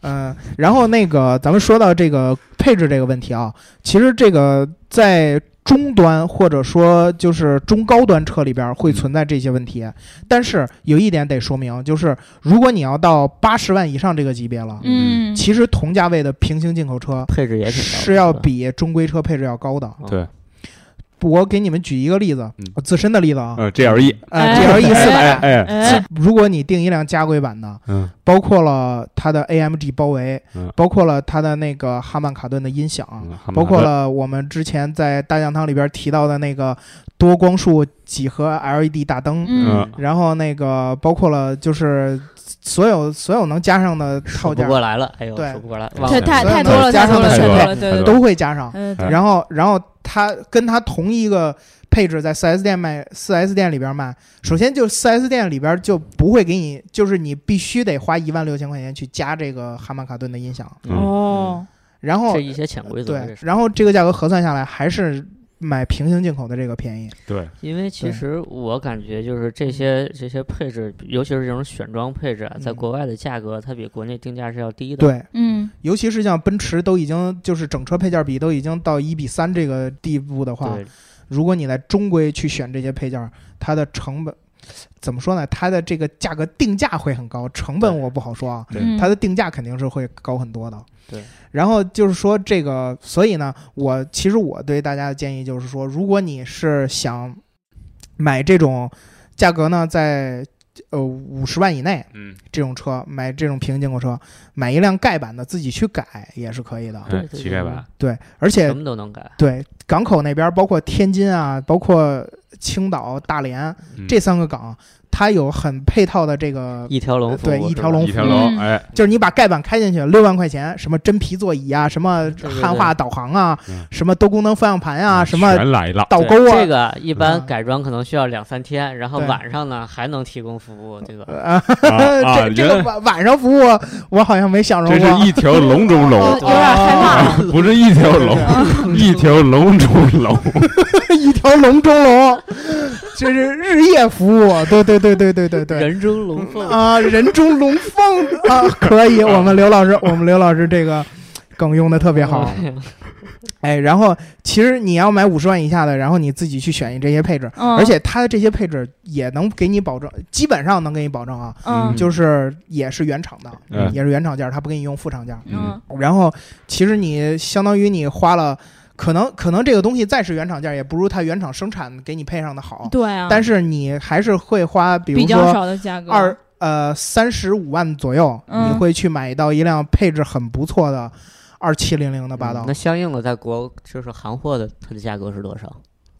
Speaker 2: 呃，然后那个咱们说到这个配置这个问题啊，其实这个在中端或者说就是中高端车里边儿会存在这些问题，但是有一点得说明，就是如果你要到八十万以上这个级别了，
Speaker 1: 嗯，
Speaker 2: 其实同价位的平行进口车
Speaker 3: 配置也挺高的
Speaker 2: 是要比中规车配置要高的。
Speaker 4: 对，
Speaker 2: 我给你们举一个例子
Speaker 4: 嗯，
Speaker 2: 我自身的例子啊，
Speaker 4: 嗯，G L E，
Speaker 2: 呃
Speaker 1: 哎
Speaker 2: ，GLE 四百，
Speaker 4: 哎哎，
Speaker 1: 哎，
Speaker 2: 如果你订一辆加规版的，
Speaker 4: 嗯
Speaker 2: 包括了它的 AMG 包围，
Speaker 4: 嗯
Speaker 2: 包括了它的那个哈曼卡顿的音响，
Speaker 4: 嗯，哈
Speaker 2: 包
Speaker 4: 姆
Speaker 2: 括
Speaker 4: 雷特
Speaker 2: 了我们之前在大酱汤里边提到的那个多光束几何 LED 大灯，
Speaker 1: 嗯，
Speaker 2: 然后那个包括了就是所有所有能加上的套
Speaker 3: 数不
Speaker 2: 件
Speaker 3: 过
Speaker 1: 啊
Speaker 3: 来了，哎呦，
Speaker 2: 对
Speaker 3: 数不过来，
Speaker 4: 对
Speaker 3: 忘
Speaker 1: 太
Speaker 3: 了
Speaker 1: 太太
Speaker 2: 所以呢
Speaker 1: 多了，
Speaker 2: 加
Speaker 1: 太
Speaker 2: 上
Speaker 1: 多了，
Speaker 2: 的
Speaker 1: 太多
Speaker 4: 太多
Speaker 1: 了，对
Speaker 4: 了太
Speaker 1: 对
Speaker 4: 多
Speaker 1: 对
Speaker 4: 了。
Speaker 2: 都会加上。
Speaker 1: 嗯，对
Speaker 2: 然后，然后它跟它同一个配置在 4S 店卖，4S 店里边卖，首先就 4S 店里边就不会给你，就是你必须得花一万六千块钱去加这个哈曼卡顿的音响，
Speaker 4: 嗯
Speaker 1: 哦，
Speaker 2: 然后
Speaker 3: 这一些潜规则
Speaker 2: 对
Speaker 3: 这，是。
Speaker 2: 然后这个价格核算下来还是买平行进口的这个便宜。
Speaker 4: 对，
Speaker 3: 因为其
Speaker 2: 对
Speaker 3: 实我感觉就是这些这些配置，尤其是这种选装配置啊，在
Speaker 2: 嗯
Speaker 3: 国外的价格它比国内定价是要低的。
Speaker 2: 对，
Speaker 1: 嗯，
Speaker 2: 尤其是像奔驰都已经就是整车配件比都已经到一比三这个地步的话，
Speaker 3: 对，
Speaker 2: 如果你在中规去选这些配件，它的成本怎么说呢？它的这个价格定价会很高，成本
Speaker 3: 对
Speaker 2: 我不好说啊，
Speaker 4: 对
Speaker 1: 嗯
Speaker 2: 它的定价肯定是会高很多的。
Speaker 3: 对。
Speaker 2: 然后就是说这个，所以呢，我其实我对大家的建议就是说，如果你是想买这种价格呢，在呃五十万以内
Speaker 4: 嗯，
Speaker 2: 这种车，买这种平行进口车，买一辆丐版的自己去改也是可以的。
Speaker 4: 哎
Speaker 3: 对对
Speaker 4: 乞丐版，
Speaker 2: 对，而且
Speaker 3: 什么都能改。
Speaker 2: 对港口那边，包括天津啊，包括青岛、大连
Speaker 4: 嗯
Speaker 2: 这三个港，它有很配套的这个，
Speaker 3: 一条龙服务，
Speaker 2: 呃对一
Speaker 3: 是吧
Speaker 2: 条龙
Speaker 4: 一条
Speaker 1: 嗯
Speaker 4: 龙，哎，
Speaker 2: 就是你把盖板开进去，六万块钱，什么真皮座椅啊，什么
Speaker 3: 对对
Speaker 2: 汉化导航啊，
Speaker 4: 嗯
Speaker 2: 什么多功能方向盘啊，什么
Speaker 4: 全 来了，
Speaker 2: 倒
Speaker 3: 对
Speaker 2: 钩啊，
Speaker 3: 这个一
Speaker 2: 嗯
Speaker 3: 般改装可能需要两三天，然后
Speaker 2: 对
Speaker 3: 晚上呢还能提供服务，这个
Speaker 2: 啊，
Speaker 4: 啊
Speaker 2: 这这个
Speaker 4: 原
Speaker 2: 晚晚上服务我好像没享受
Speaker 4: 这
Speaker 2: 过
Speaker 4: 是。一条龙中龙，
Speaker 2: 哦
Speaker 1: 有点害怕
Speaker 2: 嗯
Speaker 1: 了。
Speaker 4: 不是一条龙，一条龙中龙，
Speaker 2: 一条龙中
Speaker 4: 啊
Speaker 2: 龙，这是日夜服务。对对对对对对对。
Speaker 3: 人中龙凤。
Speaker 2: 啊，人中龙凤啊，可以。我们刘老师，我们刘老师这个梗用的特别
Speaker 3: 啊
Speaker 2: 好。
Speaker 3: 哦
Speaker 2: 哎，然后其实你要买五十万以下的，然后你自己去选一这些配置，
Speaker 1: 嗯，
Speaker 2: 而且它的这些配置也能给你保证，基本上能给你保证啊，
Speaker 1: 嗯，
Speaker 2: 就是也是原厂的，
Speaker 4: 嗯
Speaker 2: 也是原厂价，它不给你用副厂价。
Speaker 1: 嗯
Speaker 2: 然后其实你相当于你花了，可能可能这个东西再是原厂价，也不如它原厂生产给你配上的好，
Speaker 1: 对啊，
Speaker 2: 但是你还是会花，比
Speaker 1: 比
Speaker 2: 如
Speaker 1: 较
Speaker 2: 说
Speaker 1: 少的价格，
Speaker 2: 二呃三十五万左右，
Speaker 1: 嗯
Speaker 2: 你会去买到一辆配置很不错的二七零零的霸道
Speaker 4: 嗯
Speaker 3: 那。相应的，在国就是韩货的它的价格是多少？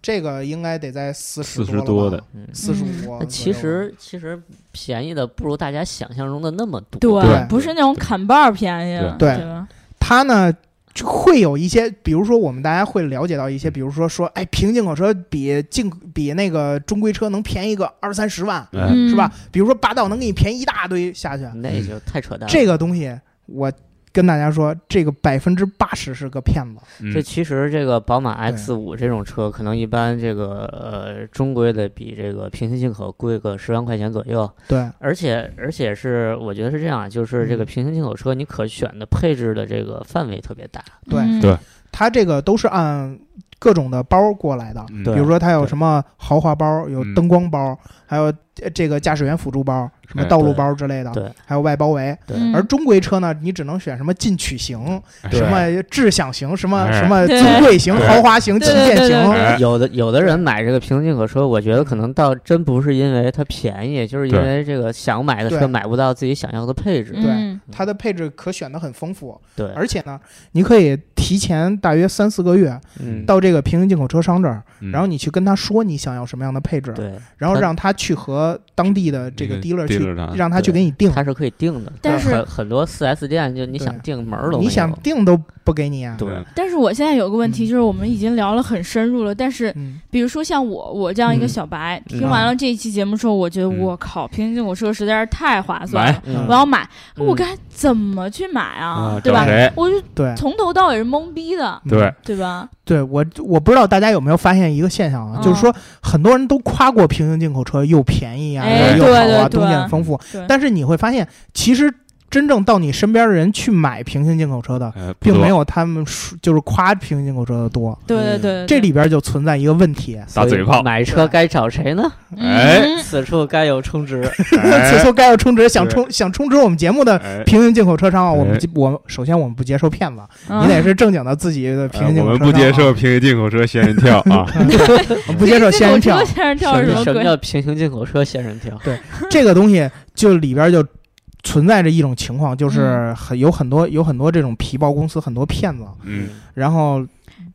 Speaker 2: 这个应该得在四
Speaker 4: 四
Speaker 2: 十
Speaker 4: 十多
Speaker 2: 了
Speaker 4: 的
Speaker 2: 吧，，
Speaker 3: 嗯，
Speaker 2: 四十
Speaker 1: 嗯
Speaker 2: 五。
Speaker 3: 那其实其实便宜的不如大家想象中的那么多。
Speaker 2: 对
Speaker 1: 不是那种砍半儿便宜，
Speaker 2: 对
Speaker 1: 吧？
Speaker 2: 它呢就会有一些，比如说我们大家会了解到一些，比如说说，哎，平进口车比进比那个中规车能便宜个二三十万，
Speaker 4: 哎嗯
Speaker 1: 嗯
Speaker 2: 是吧？？比如说霸道能给你便宜一大堆下去，
Speaker 3: 那就太扯淡了。
Speaker 2: 这个东西我跟大家说，这个百分之八十是个骗子。
Speaker 4: 嗯
Speaker 3: 这其实这个宝马
Speaker 2: 对
Speaker 3: X 五这种车，可能一般这个呃中规的比这个平行进口贵个十万块钱左右，
Speaker 2: 对，
Speaker 3: 而且而且是我觉得是这样啊，就是这个
Speaker 2: 嗯
Speaker 3: 平行进口车你可选的配置的这个范围特别大，
Speaker 2: 对
Speaker 1: 嗯
Speaker 4: 对
Speaker 2: 它这个都是按各种的包过来的。
Speaker 4: 嗯
Speaker 3: 对
Speaker 2: 比如说，它有
Speaker 3: 对
Speaker 2: 什么豪华包，有
Speaker 4: 嗯
Speaker 2: 灯光包，还有呃这个驾驶员辅助包，什么
Speaker 4: 哎
Speaker 2: 道路
Speaker 3: 对
Speaker 2: 包之类的，
Speaker 3: 对
Speaker 2: 还有外包围。
Speaker 3: 对
Speaker 1: 嗯
Speaker 2: 而中规车呢，你只能选什么进取型、
Speaker 3: 对
Speaker 2: 什么智享型、什么
Speaker 4: 哎
Speaker 2: 什么
Speaker 1: 对
Speaker 2: 尊贵型、
Speaker 4: 对
Speaker 2: 豪华型、
Speaker 1: 对
Speaker 2: 旗
Speaker 1: 对
Speaker 2: 舰
Speaker 1: 对
Speaker 2: 型
Speaker 1: 对。
Speaker 4: 哎
Speaker 3: 有的有的人买这个平行进口车，我觉得可能倒真不是因为它便宜，就是因
Speaker 4: 对
Speaker 3: 为这个想买的
Speaker 2: 对
Speaker 3: 车买不到自己想要的配置。
Speaker 2: 对
Speaker 1: 嗯
Speaker 2: 它的配置可选的很丰富，
Speaker 3: 对，
Speaker 2: 而且呢，你可以提前大约三四个月
Speaker 3: 嗯，
Speaker 2: 到这个平行进口车商这儿，
Speaker 4: 嗯
Speaker 2: 然后你去跟他说你想要什么样的配置，
Speaker 3: 对，嗯
Speaker 2: 然后
Speaker 3: 他
Speaker 2: 让他去和当地的这个
Speaker 4: 那
Speaker 2: dealer 去
Speaker 4: dealer
Speaker 3: 啊
Speaker 4: 上
Speaker 2: 让他去给你定，
Speaker 3: 它是可以定的，
Speaker 1: 但是
Speaker 3: 很很多四 S 店就你想
Speaker 2: 对
Speaker 3: 定门儿都没
Speaker 2: 你想
Speaker 3: 有
Speaker 2: 定都不给你啊。
Speaker 3: 对，
Speaker 1: 但是我现在有个问题，就是我们已经聊了很深入了，但是
Speaker 2: 嗯，
Speaker 1: 比如说像我，我这样一个
Speaker 2: 嗯
Speaker 1: 小白，
Speaker 3: 嗯
Speaker 1: 听完了这一期节目之后，我觉得
Speaker 4: 嗯
Speaker 1: 我靠，平行进口车实在是太划算了，
Speaker 3: 嗯
Speaker 1: 我要买，
Speaker 3: 嗯
Speaker 1: 我该怎么去买啊？
Speaker 4: 啊
Speaker 1: 对吧
Speaker 4: 找？谁？
Speaker 1: 我就
Speaker 2: 对嗯
Speaker 1: 从头到尾是懵逼的，
Speaker 4: 对，
Speaker 1: 对吧？
Speaker 2: 对我我不知道大家有没有发现一个现象啊，
Speaker 1: 嗯
Speaker 2: 就是说很多人都夸过平行进口车又便宜啊，
Speaker 1: 哎
Speaker 2: 又
Speaker 1: 对
Speaker 2: 好
Speaker 1: 对
Speaker 2: 啊，
Speaker 1: 对
Speaker 2: 东西很丰富
Speaker 1: 对，
Speaker 2: 但是你会发现，其实真正到你身边的人去买平行进口车的，
Speaker 4: 呃，不
Speaker 2: 并
Speaker 4: 多
Speaker 2: 没有他们说就是夸平行进口车的多，
Speaker 1: 对对对，对
Speaker 2: 嗯这里边就存在一个问题，
Speaker 4: 打嘴炮，
Speaker 3: 买车该找谁呢？
Speaker 4: 哎，
Speaker 1: 嗯
Speaker 3: 此处该有充值。
Speaker 2: 此
Speaker 4: 哎
Speaker 2: 处该有充值，想
Speaker 4: 对
Speaker 2: 充想充值我们节目的。
Speaker 4: 哎
Speaker 2: 平行进口车商啊，我们
Speaker 4: 哎
Speaker 2: 接我首先我们不接受骗子，
Speaker 1: 嗯
Speaker 2: 你得是正经的自己的平行
Speaker 4: 呃
Speaker 2: 进口
Speaker 4: 我
Speaker 2: 车商啊、
Speaker 4: 们不接受平行进口车 仙人跳啊，
Speaker 2: 我们不接受仙人跳
Speaker 1: 进口车，仙人跳
Speaker 3: 什
Speaker 1: 是什么
Speaker 3: 什么
Speaker 1: 鬼？
Speaker 3: 叫平行进口车仙人跳？
Speaker 2: 这个东西就里边就存在着一种情况，
Speaker 1: 嗯
Speaker 2: 就是很有很多有很多这种皮包公司，很多骗子，
Speaker 4: 嗯，
Speaker 2: 然后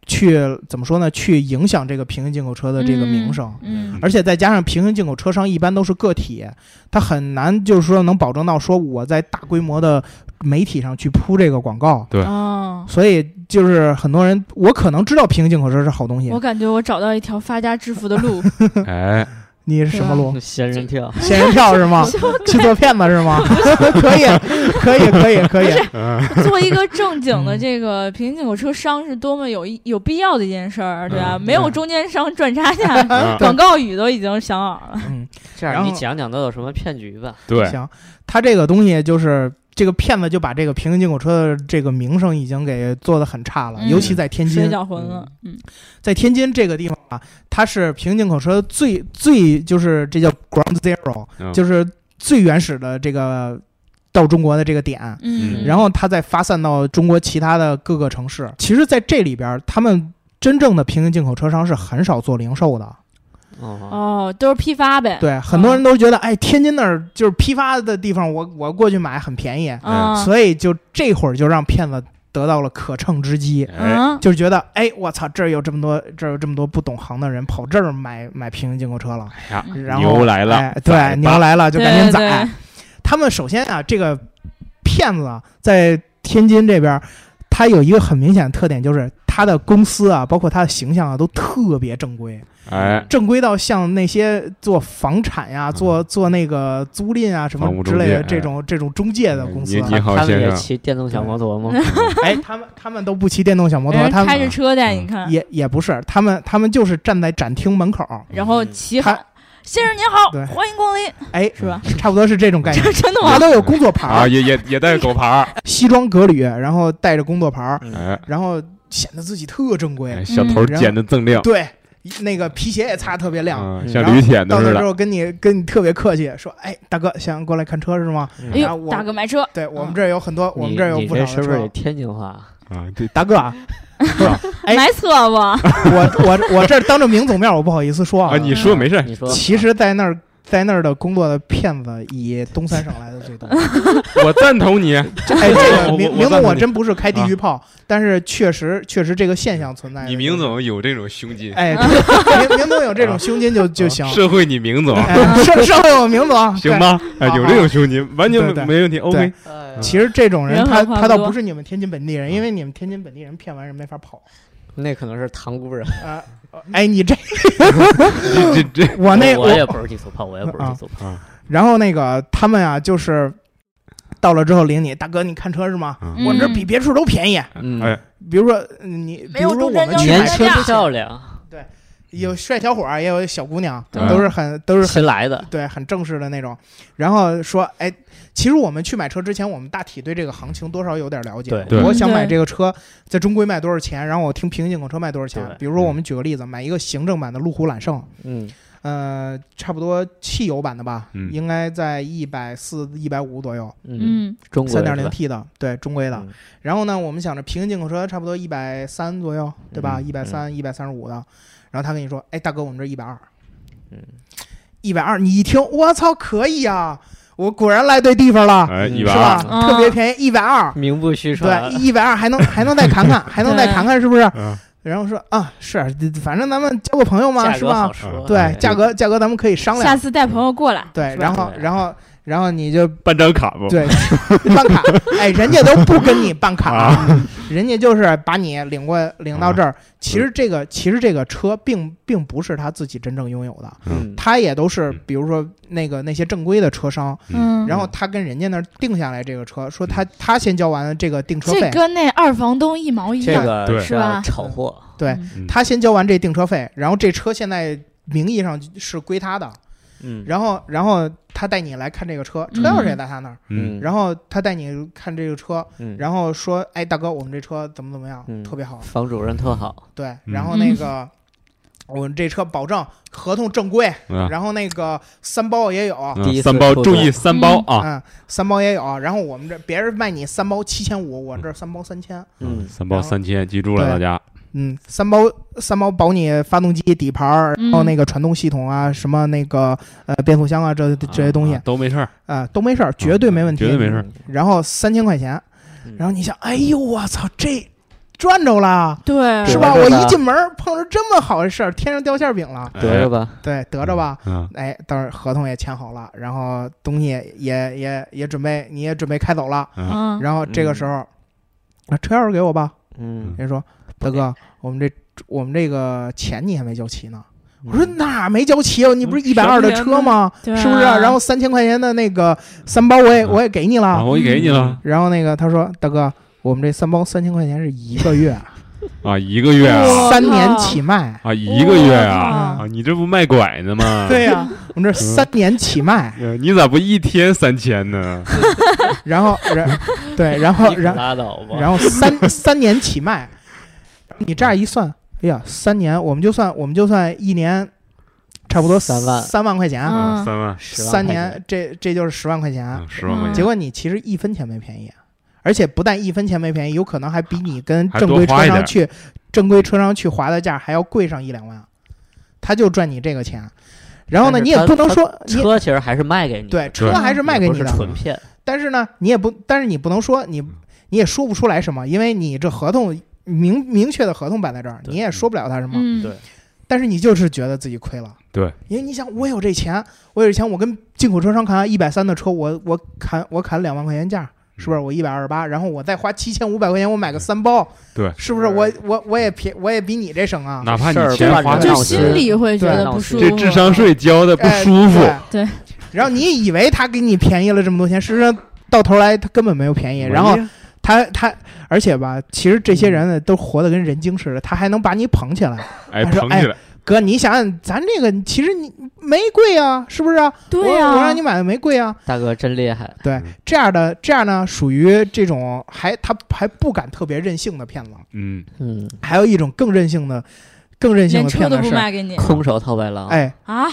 Speaker 2: 去怎么说呢？去影响这个平行进口车的这个名声。
Speaker 1: 嗯
Speaker 2: 而且再加上平行进口车商一般都是个体，他很难就是说能保证到说我在大规模的媒体上去铺这个广告，
Speaker 4: 对
Speaker 1: 哦，
Speaker 2: 所以就是很多人我可能知道平行进口车是好东西
Speaker 1: 我，感觉我找到一条发家致富的 路，
Speaker 2: 嗯
Speaker 4: 哎，
Speaker 2: 你是什么路？
Speaker 3: 嗯仙人跳，
Speaker 2: 仙人跳是 吗？去做骗子是吗？可以，可以，可以，可以。
Speaker 1: 做一个正经的
Speaker 2: 嗯
Speaker 1: 这个平行进口车商是多么有意有必要的一件事儿，对吧？
Speaker 4: 嗯
Speaker 1: 没有中间商赚差 价，
Speaker 4: 啊
Speaker 1: 广告语都已经想好了。
Speaker 2: 嗯，
Speaker 3: 这
Speaker 2: 然
Speaker 3: 样
Speaker 2: 后
Speaker 3: 你讲讲都有什么骗局吧？
Speaker 4: 对，
Speaker 2: 行，他这个东西就是这个骗子就把这个平行进口车的这个名声已经给做得很差了，
Speaker 1: 嗯
Speaker 2: 尤其在天
Speaker 1: 水
Speaker 2: 津，
Speaker 1: 搅浑了，嗯
Speaker 2: 在天津这个地方啊，它是平行进口车最最就是这叫 ground zero，、
Speaker 4: 嗯
Speaker 2: 就是最原始的这个到中国的这个点。
Speaker 1: 嗯，
Speaker 2: 然后它再发散到中国其他的各个城市。其实，在这里边儿，他们真正的平行进口车商是很少做零售的。
Speaker 3: 哦，
Speaker 1: 哦，都是批发呗，
Speaker 2: 对，很多人都觉得，哎，天津那儿就是批发的地方，我我过去买很便宜。
Speaker 1: 啊，
Speaker 2: 哎所以就这会儿就让骗子得到了可乘之机，
Speaker 4: 哎，
Speaker 1: 嗯
Speaker 2: 就是觉得哎，我操，这儿有这么多，这儿有这么多不懂行的人跑这儿买买平行进口车了，
Speaker 4: 哎呀，
Speaker 2: 然后
Speaker 4: 牛来了
Speaker 2: 哎
Speaker 4: 宰吧
Speaker 2: 对，牛来了就
Speaker 1: 对
Speaker 2: 赶紧
Speaker 1: 嗯对
Speaker 2: 宰。他们首先啊，这个骗子啊，在天津这边儿，他有一个很明显的特点，就是他的公司啊，包括他的形象啊，都特别正规，
Speaker 4: 哎，
Speaker 2: 正规到像那些做房产呀、做做那个租赁啊什么
Speaker 4: 嗯房屋
Speaker 2: 之
Speaker 4: 中
Speaker 2: 类的
Speaker 4: 介哎
Speaker 2: 这种这种中介的公司啊，
Speaker 4: 你好
Speaker 3: 他们
Speaker 4: 先
Speaker 3: 也
Speaker 4: 生
Speaker 3: 骑电动小摩托吗？
Speaker 2: 哎，他们他们都不骑电动小摩托，
Speaker 1: 人
Speaker 2: 他
Speaker 1: 哎开着
Speaker 2: 们
Speaker 1: 车带你看，
Speaker 2: 嗯也也不是，他们他们就是站在展厅门口，
Speaker 1: 然后骑
Speaker 2: 嗯他
Speaker 1: 喊先生您好
Speaker 2: 对，嗯
Speaker 1: 欢迎光临，
Speaker 2: 哎，
Speaker 1: 是吧？
Speaker 2: 差不多是这种 概念。
Speaker 1: 这真的
Speaker 2: 他
Speaker 1: 吗？
Speaker 2: 都有工作牌
Speaker 4: 啊，
Speaker 2: 儿，
Speaker 4: 也也也带狗 牌儿，
Speaker 2: 西装革履，然后带着工作牌儿，
Speaker 3: 嗯
Speaker 4: 哎，
Speaker 2: 然后显得自己特正规
Speaker 4: 哎。小头
Speaker 2: 嗯
Speaker 4: 剪的锃亮，
Speaker 2: 对，那个皮鞋也擦特别亮。
Speaker 4: 嗯
Speaker 3: 嗯
Speaker 4: 像
Speaker 2: 然后
Speaker 4: 驴舔的
Speaker 2: 到
Speaker 4: 似
Speaker 2: 那之
Speaker 4: 的，
Speaker 2: 后跟你跟你特别客气，说：“哎，大哥，想过来看车是吗
Speaker 3: 嗯
Speaker 1: 哎
Speaker 2: 啊
Speaker 1: 呦，
Speaker 2: 我
Speaker 1: 大哥买车，？”
Speaker 2: 对我
Speaker 1: 嗯
Speaker 2: 们这儿有很多，我们
Speaker 3: 你
Speaker 2: 这儿有
Speaker 3: 你
Speaker 2: 不
Speaker 3: 这
Speaker 2: 少
Speaker 3: 是
Speaker 2: 的
Speaker 3: 不是得
Speaker 2: 车。
Speaker 3: 天津 话？
Speaker 4: 啊，这
Speaker 2: 大哥啊，哎
Speaker 1: 买车不？
Speaker 2: 我我我这儿当着明总面我不好意思说嗯
Speaker 4: 啊，你说没事儿，
Speaker 3: 你说
Speaker 2: 其实，在那儿在那儿的工作的骗子以东三省来的最多。
Speaker 4: 我赞 同你，
Speaker 2: 哎，这个
Speaker 4: 我
Speaker 2: 明
Speaker 4: 我
Speaker 2: 明总，
Speaker 4: 赞同
Speaker 2: 我
Speaker 4: 你啊
Speaker 2: 真不是开地狱炮，但是确实确实这个现象存在。
Speaker 4: 你明，总有这种胸襟，
Speaker 2: 哎，对明明总有这种胸襟
Speaker 4: 啊
Speaker 2: 就就行。
Speaker 4: 社会你明总
Speaker 2: 哎，社社会有明总，
Speaker 4: 啊行
Speaker 2: 对啊
Speaker 4: 吧？哎，有这种胸襟，完全
Speaker 2: 对对
Speaker 4: 没没问题。OK，
Speaker 3: 哎
Speaker 2: 其实这种人，
Speaker 1: 人狠
Speaker 2: 他
Speaker 1: 话
Speaker 2: 他倒
Speaker 1: 不多
Speaker 2: 不是你们天津本地人，因为你们天津本地人骗完人没法跑
Speaker 5: 那可能是塘沽人，
Speaker 2: 啊。哎， 你这
Speaker 4: 这这这，
Speaker 2: 我啊那
Speaker 3: 我也不是地图炮，我也不是地图炮，
Speaker 2: 然后那个他们啊，就是到了之后领你，大哥，你看车是吗？
Speaker 4: 嗯
Speaker 1: 嗯
Speaker 2: 我这比别处都便宜。
Speaker 3: 嗯
Speaker 4: 哎，
Speaker 2: 比如说嗯你，
Speaker 1: 没
Speaker 2: 比
Speaker 1: 有
Speaker 2: 如说
Speaker 1: 中
Speaker 2: 我
Speaker 1: 间
Speaker 2: 们
Speaker 1: 交叉
Speaker 2: 去买
Speaker 3: 年
Speaker 1: 点
Speaker 2: 车
Speaker 3: 轻
Speaker 1: 漂亮
Speaker 3: 漂亮，
Speaker 2: 有帅小伙儿，也有小姑娘，
Speaker 4: 对
Speaker 2: 都是很都是很
Speaker 3: 新来的，
Speaker 2: 对很正式的那种。然后说，哎，其实我们去买车之前，我们大体对这个行情多少有点了解。
Speaker 3: 对
Speaker 4: 对
Speaker 2: 我想买
Speaker 1: 对
Speaker 2: 这个车，在中规卖多少钱？然后我听平行进口车卖多少钱
Speaker 3: 对？
Speaker 2: 比如说，我们举个例子，买一个行政版的路虎揽胜，
Speaker 3: 嗯，
Speaker 2: 呃，差不多汽油版的吧，
Speaker 4: 嗯
Speaker 2: 应该在一百四、一百五左右，
Speaker 1: 嗯
Speaker 3: 中国
Speaker 2: 三
Speaker 3: 人
Speaker 2: 点
Speaker 3: 是
Speaker 2: 零
Speaker 3: 吧
Speaker 2: T 的，对，中规的。
Speaker 3: 嗯
Speaker 2: 然后呢，我们想着平行进口车差不多一百三左右，对吧？
Speaker 3: 嗯
Speaker 2: 一百三、一百三十五的。然后他跟你说：“哎，大哥，我们这一百二。”
Speaker 3: 嗯，
Speaker 2: 一百二，你一听，我操，可以啊！我果然来对地方了，
Speaker 4: 哎，一
Speaker 2: 是
Speaker 4: 百
Speaker 2: 吧
Speaker 4: 二，？
Speaker 3: 啊
Speaker 1: 嗯
Speaker 2: 特别便宜，一百二。
Speaker 3: 名不虚传啊
Speaker 2: 对，，一百二还能还能再砍砍，还能再砍砍，是不是？
Speaker 4: 嗯
Speaker 2: 然后说啊，是，反正咱们交个朋友嘛，
Speaker 3: 价
Speaker 2: 是
Speaker 3: 格
Speaker 2: 吧啊
Speaker 3: 好？说，
Speaker 2: 对，
Speaker 3: 哎
Speaker 2: 价格价格咱们可以商
Speaker 1: 下
Speaker 2: 量。
Speaker 1: 次带朋友过来，
Speaker 2: 对，
Speaker 1: 是吧
Speaker 2: 然后
Speaker 3: 对
Speaker 2: 然后然后你就
Speaker 4: 办张卡不？
Speaker 2: 对办 卡，哎，人家都不跟你办卡，
Speaker 4: 啊
Speaker 2: 人家就是把你领过领到这儿。其实这个其实这个车并并不是他自己真正拥有的，
Speaker 3: 嗯，
Speaker 2: 他也都是
Speaker 4: 嗯
Speaker 2: 比如说那个那些正规的车商，
Speaker 1: 嗯，
Speaker 2: 然后他跟人家那儿定下来这个车，
Speaker 4: 嗯
Speaker 2: 说他他先交完这个订车
Speaker 1: 这
Speaker 2: 费，
Speaker 1: 跟那二房东一毛一
Speaker 3: 这
Speaker 1: 样，
Speaker 4: 对
Speaker 3: 个
Speaker 1: 是吧
Speaker 3: 炒货，
Speaker 2: 对
Speaker 1: 嗯
Speaker 4: 嗯
Speaker 2: 他先交完这订车费，然后这车现在名义上是归他的，
Speaker 3: 嗯
Speaker 2: 然后然后他带你来看这个车，车钥匙也在他那儿，
Speaker 4: 嗯，
Speaker 2: 然后他带你看这个车，
Speaker 3: 嗯，
Speaker 2: 然后说，哎，大哥，我们这车怎么怎么样，
Speaker 3: 嗯
Speaker 2: 特别好，
Speaker 3: 房主任特好，
Speaker 2: 对，
Speaker 4: 嗯
Speaker 2: 然后那个。我们这车保证合同正规，
Speaker 4: 嗯
Speaker 2: 然后那个三包也有，
Speaker 4: 嗯
Speaker 3: 第一次
Speaker 4: 三包，
Speaker 3: 出
Speaker 4: 注意三包啊，
Speaker 2: 嗯，三包也有。然后我们这别人卖你三包七千五，我这三包三千，
Speaker 3: 嗯，
Speaker 4: 三包三千，记住了
Speaker 2: 对
Speaker 4: 大家。
Speaker 2: 嗯，三包三包保你发动机、底盘儿，
Speaker 4: 嗯
Speaker 1: 嗯
Speaker 2: 然后那个传动系统啊，什么那个呃变速箱啊，这这些东西
Speaker 4: 啊都没事儿，
Speaker 2: 啊都没事儿，绝对没问题，
Speaker 4: 绝对没事儿。
Speaker 2: 然后三千块钱，
Speaker 3: 嗯
Speaker 2: 然后你想，哎呦我操，这赚着
Speaker 1: 嗯
Speaker 2: 了
Speaker 1: 对，
Speaker 2: 是吧？
Speaker 3: 对
Speaker 2: 我
Speaker 3: 对的
Speaker 2: 一进门碰着这么好的事儿，天上掉馅儿饼了，
Speaker 3: 嗯得着吧，
Speaker 2: 对，得着吧。
Speaker 4: 哎嗯，
Speaker 2: 哎，当然合同也签好了，然后东西也也也也准备，你也准备开走了。
Speaker 1: 嗯，
Speaker 2: 然后这个时候，啊，车钥匙给我吧。
Speaker 3: 嗯，
Speaker 2: 人家说，大哥，我们这我们这个钱你还没交齐呢。
Speaker 3: 嗯
Speaker 2: 我说哪儿没交齐啊？你不是一百二的车吗？
Speaker 1: 对啊
Speaker 2: 是不是、然后三千块钱的那个三包我也我也给你
Speaker 4: 啊，
Speaker 2: 了。
Speaker 4: 我给你了
Speaker 2: 然后那个他说，大哥，我们这三包三千块钱是一个 月，
Speaker 4: 啊，一个月啊
Speaker 1: 哇
Speaker 2: 三年起卖。
Speaker 4: 啊，一个月啊
Speaker 1: 哇
Speaker 4: 啊，你这不卖拐呢吗？
Speaker 2: 对呀、
Speaker 1: 嗯
Speaker 2: 我
Speaker 3: 嗯
Speaker 2: 们这三年起卖。
Speaker 4: 呃，你咋不一天三千呢？
Speaker 2: 然后， 然对，然后
Speaker 3: 你可
Speaker 2: 然
Speaker 3: 拉倒吧，
Speaker 2: 然后三三年起卖，你这样一算，哎呀，三年我们就算我们就算一年，差不多
Speaker 3: 三万
Speaker 2: 三万块钱，
Speaker 1: 嗯
Speaker 4: 啊，三万，
Speaker 3: 10万
Speaker 2: 三
Speaker 3: 块
Speaker 2: 年
Speaker 3: 钱，
Speaker 2: 这这就是十万块钱。
Speaker 4: 啊十万块
Speaker 2: 结
Speaker 4: 钱，
Speaker 2: 果你其实一分钱没便宜，啊而且不但一分钱没便宜，有可能还比你跟
Speaker 4: 还
Speaker 2: 正
Speaker 4: 多
Speaker 2: 规
Speaker 4: 花
Speaker 2: 车
Speaker 4: 一
Speaker 2: 商
Speaker 4: 点
Speaker 2: 去正规车商去划的价还要贵上一两万，啊他就赚你这个钱。啊然后呢，
Speaker 3: 但是
Speaker 2: 你也不
Speaker 3: 他
Speaker 2: 能
Speaker 3: 他
Speaker 2: 说你
Speaker 3: 车其实还是卖给你，，
Speaker 2: 对车
Speaker 1: 对
Speaker 2: 还是卖给你的，
Speaker 3: 纯骗，
Speaker 2: 但是呢，你也不，但是你不能说你，
Speaker 4: 嗯
Speaker 2: 你也说不出来什么，因为你这合同明明确的合同摆在这儿，
Speaker 3: 对
Speaker 2: 你也说不了他什么。
Speaker 1: 嗯，
Speaker 3: 对
Speaker 2: 但是你就是觉得自己亏了。
Speaker 4: 对，
Speaker 2: 因为你想，我有这钱，我有这钱，我跟进口车商砍一百三的车，我我砍我砍两万块钱
Speaker 4: 嗯
Speaker 2: 价，是不是？我一百二十八，然后我再花七千五百块钱，我买个三包，
Speaker 4: 对
Speaker 2: 是不是？我我我也便，我也比你这省啊。
Speaker 4: 哪怕
Speaker 3: 事儿
Speaker 4: 你钱
Speaker 3: 办
Speaker 4: 花
Speaker 3: 着
Speaker 4: 的
Speaker 1: 就
Speaker 3: 闹心
Speaker 1: 心里会觉得
Speaker 3: 对
Speaker 1: 不舒服，
Speaker 4: 这智商税交的不
Speaker 2: 哎
Speaker 4: 舒服，
Speaker 1: 对对
Speaker 2: 然后你以为他给你便宜了这么多钱，事实上到头来他根本没有便宜。然后他他，而且吧，其实这些人呢都活得跟人精似的，他还能把你捧起来。
Speaker 4: 哎
Speaker 2: 他说
Speaker 4: 捧起来，
Speaker 2: 哥，你想想，咱这个其实你没贵啊，是不是啊？
Speaker 1: 对
Speaker 2: 我我让你
Speaker 1: 呀，
Speaker 2: 买的没贵啊。
Speaker 3: 大哥真厉害，
Speaker 2: 对
Speaker 4: 嗯，
Speaker 2: 这样的这样呢，属于这种还他还不敢特别任性的骗子，
Speaker 4: 嗯，
Speaker 3: 嗯，
Speaker 2: 还有一种更任性的、更任性
Speaker 1: 连
Speaker 2: 的
Speaker 1: 车
Speaker 2: 骗
Speaker 1: 都
Speaker 2: 子
Speaker 1: 不
Speaker 2: 是，
Speaker 1: 卖给你
Speaker 3: 空手套白狼，
Speaker 2: 哎，
Speaker 1: 啊，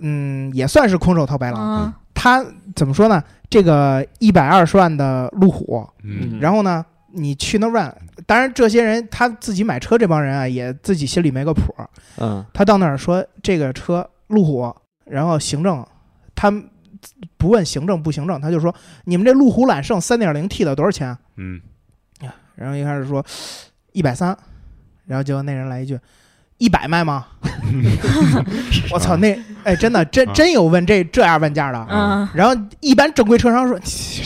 Speaker 2: 嗯，也算是空手套白狼。
Speaker 1: 嗯
Speaker 2: 他怎么说呢？这个一百二十万的路虎，
Speaker 4: 嗯
Speaker 3: 嗯
Speaker 2: 然后呢，你去那儿问，当然这些人他自己买车这帮人啊，也自己心里没个谱儿。
Speaker 3: 嗯，
Speaker 2: 他到那儿说这个车路虎然后行政他们不问行政不行政，他就说你们这路虎揽胜三点零 T 的多少钱啊、
Speaker 4: 嗯，
Speaker 2: 然后一开始说一百三，然后结果那人来一句 一百卖吗？ 我操，那哎真的真
Speaker 4: 啊
Speaker 2: 真有问这这样问价的。
Speaker 1: 嗯
Speaker 4: 嗯，
Speaker 2: 然后一般正规车商说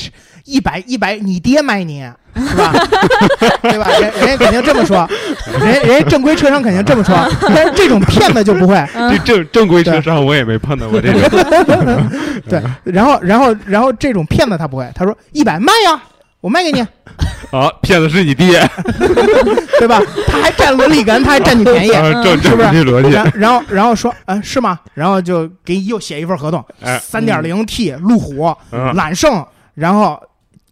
Speaker 2: 一百一百，你爹卖你是吧？ 对吧？人人家肯定这么说，人人家正规车商肯定这么说，但是这种骗子就不会。
Speaker 4: 这正正规车商我也没碰到过这种，
Speaker 2: 对，然后然后然后这种骗子他不会，他说一百卖呀，我卖给你，
Speaker 4: 啊，骗子是你爹，
Speaker 2: 对吧？他还占伦理根，他还占你便宜。
Speaker 4: 啊正
Speaker 2: 嗯是
Speaker 4: 正
Speaker 2: 不是
Speaker 4: 这逻辑，
Speaker 2: 然然后然后说，嗯、是吗？然后就给你又写一份合同，
Speaker 4: 哎
Speaker 2: 三点零 T 路虎
Speaker 4: 嗯，
Speaker 2: 揽胜，然后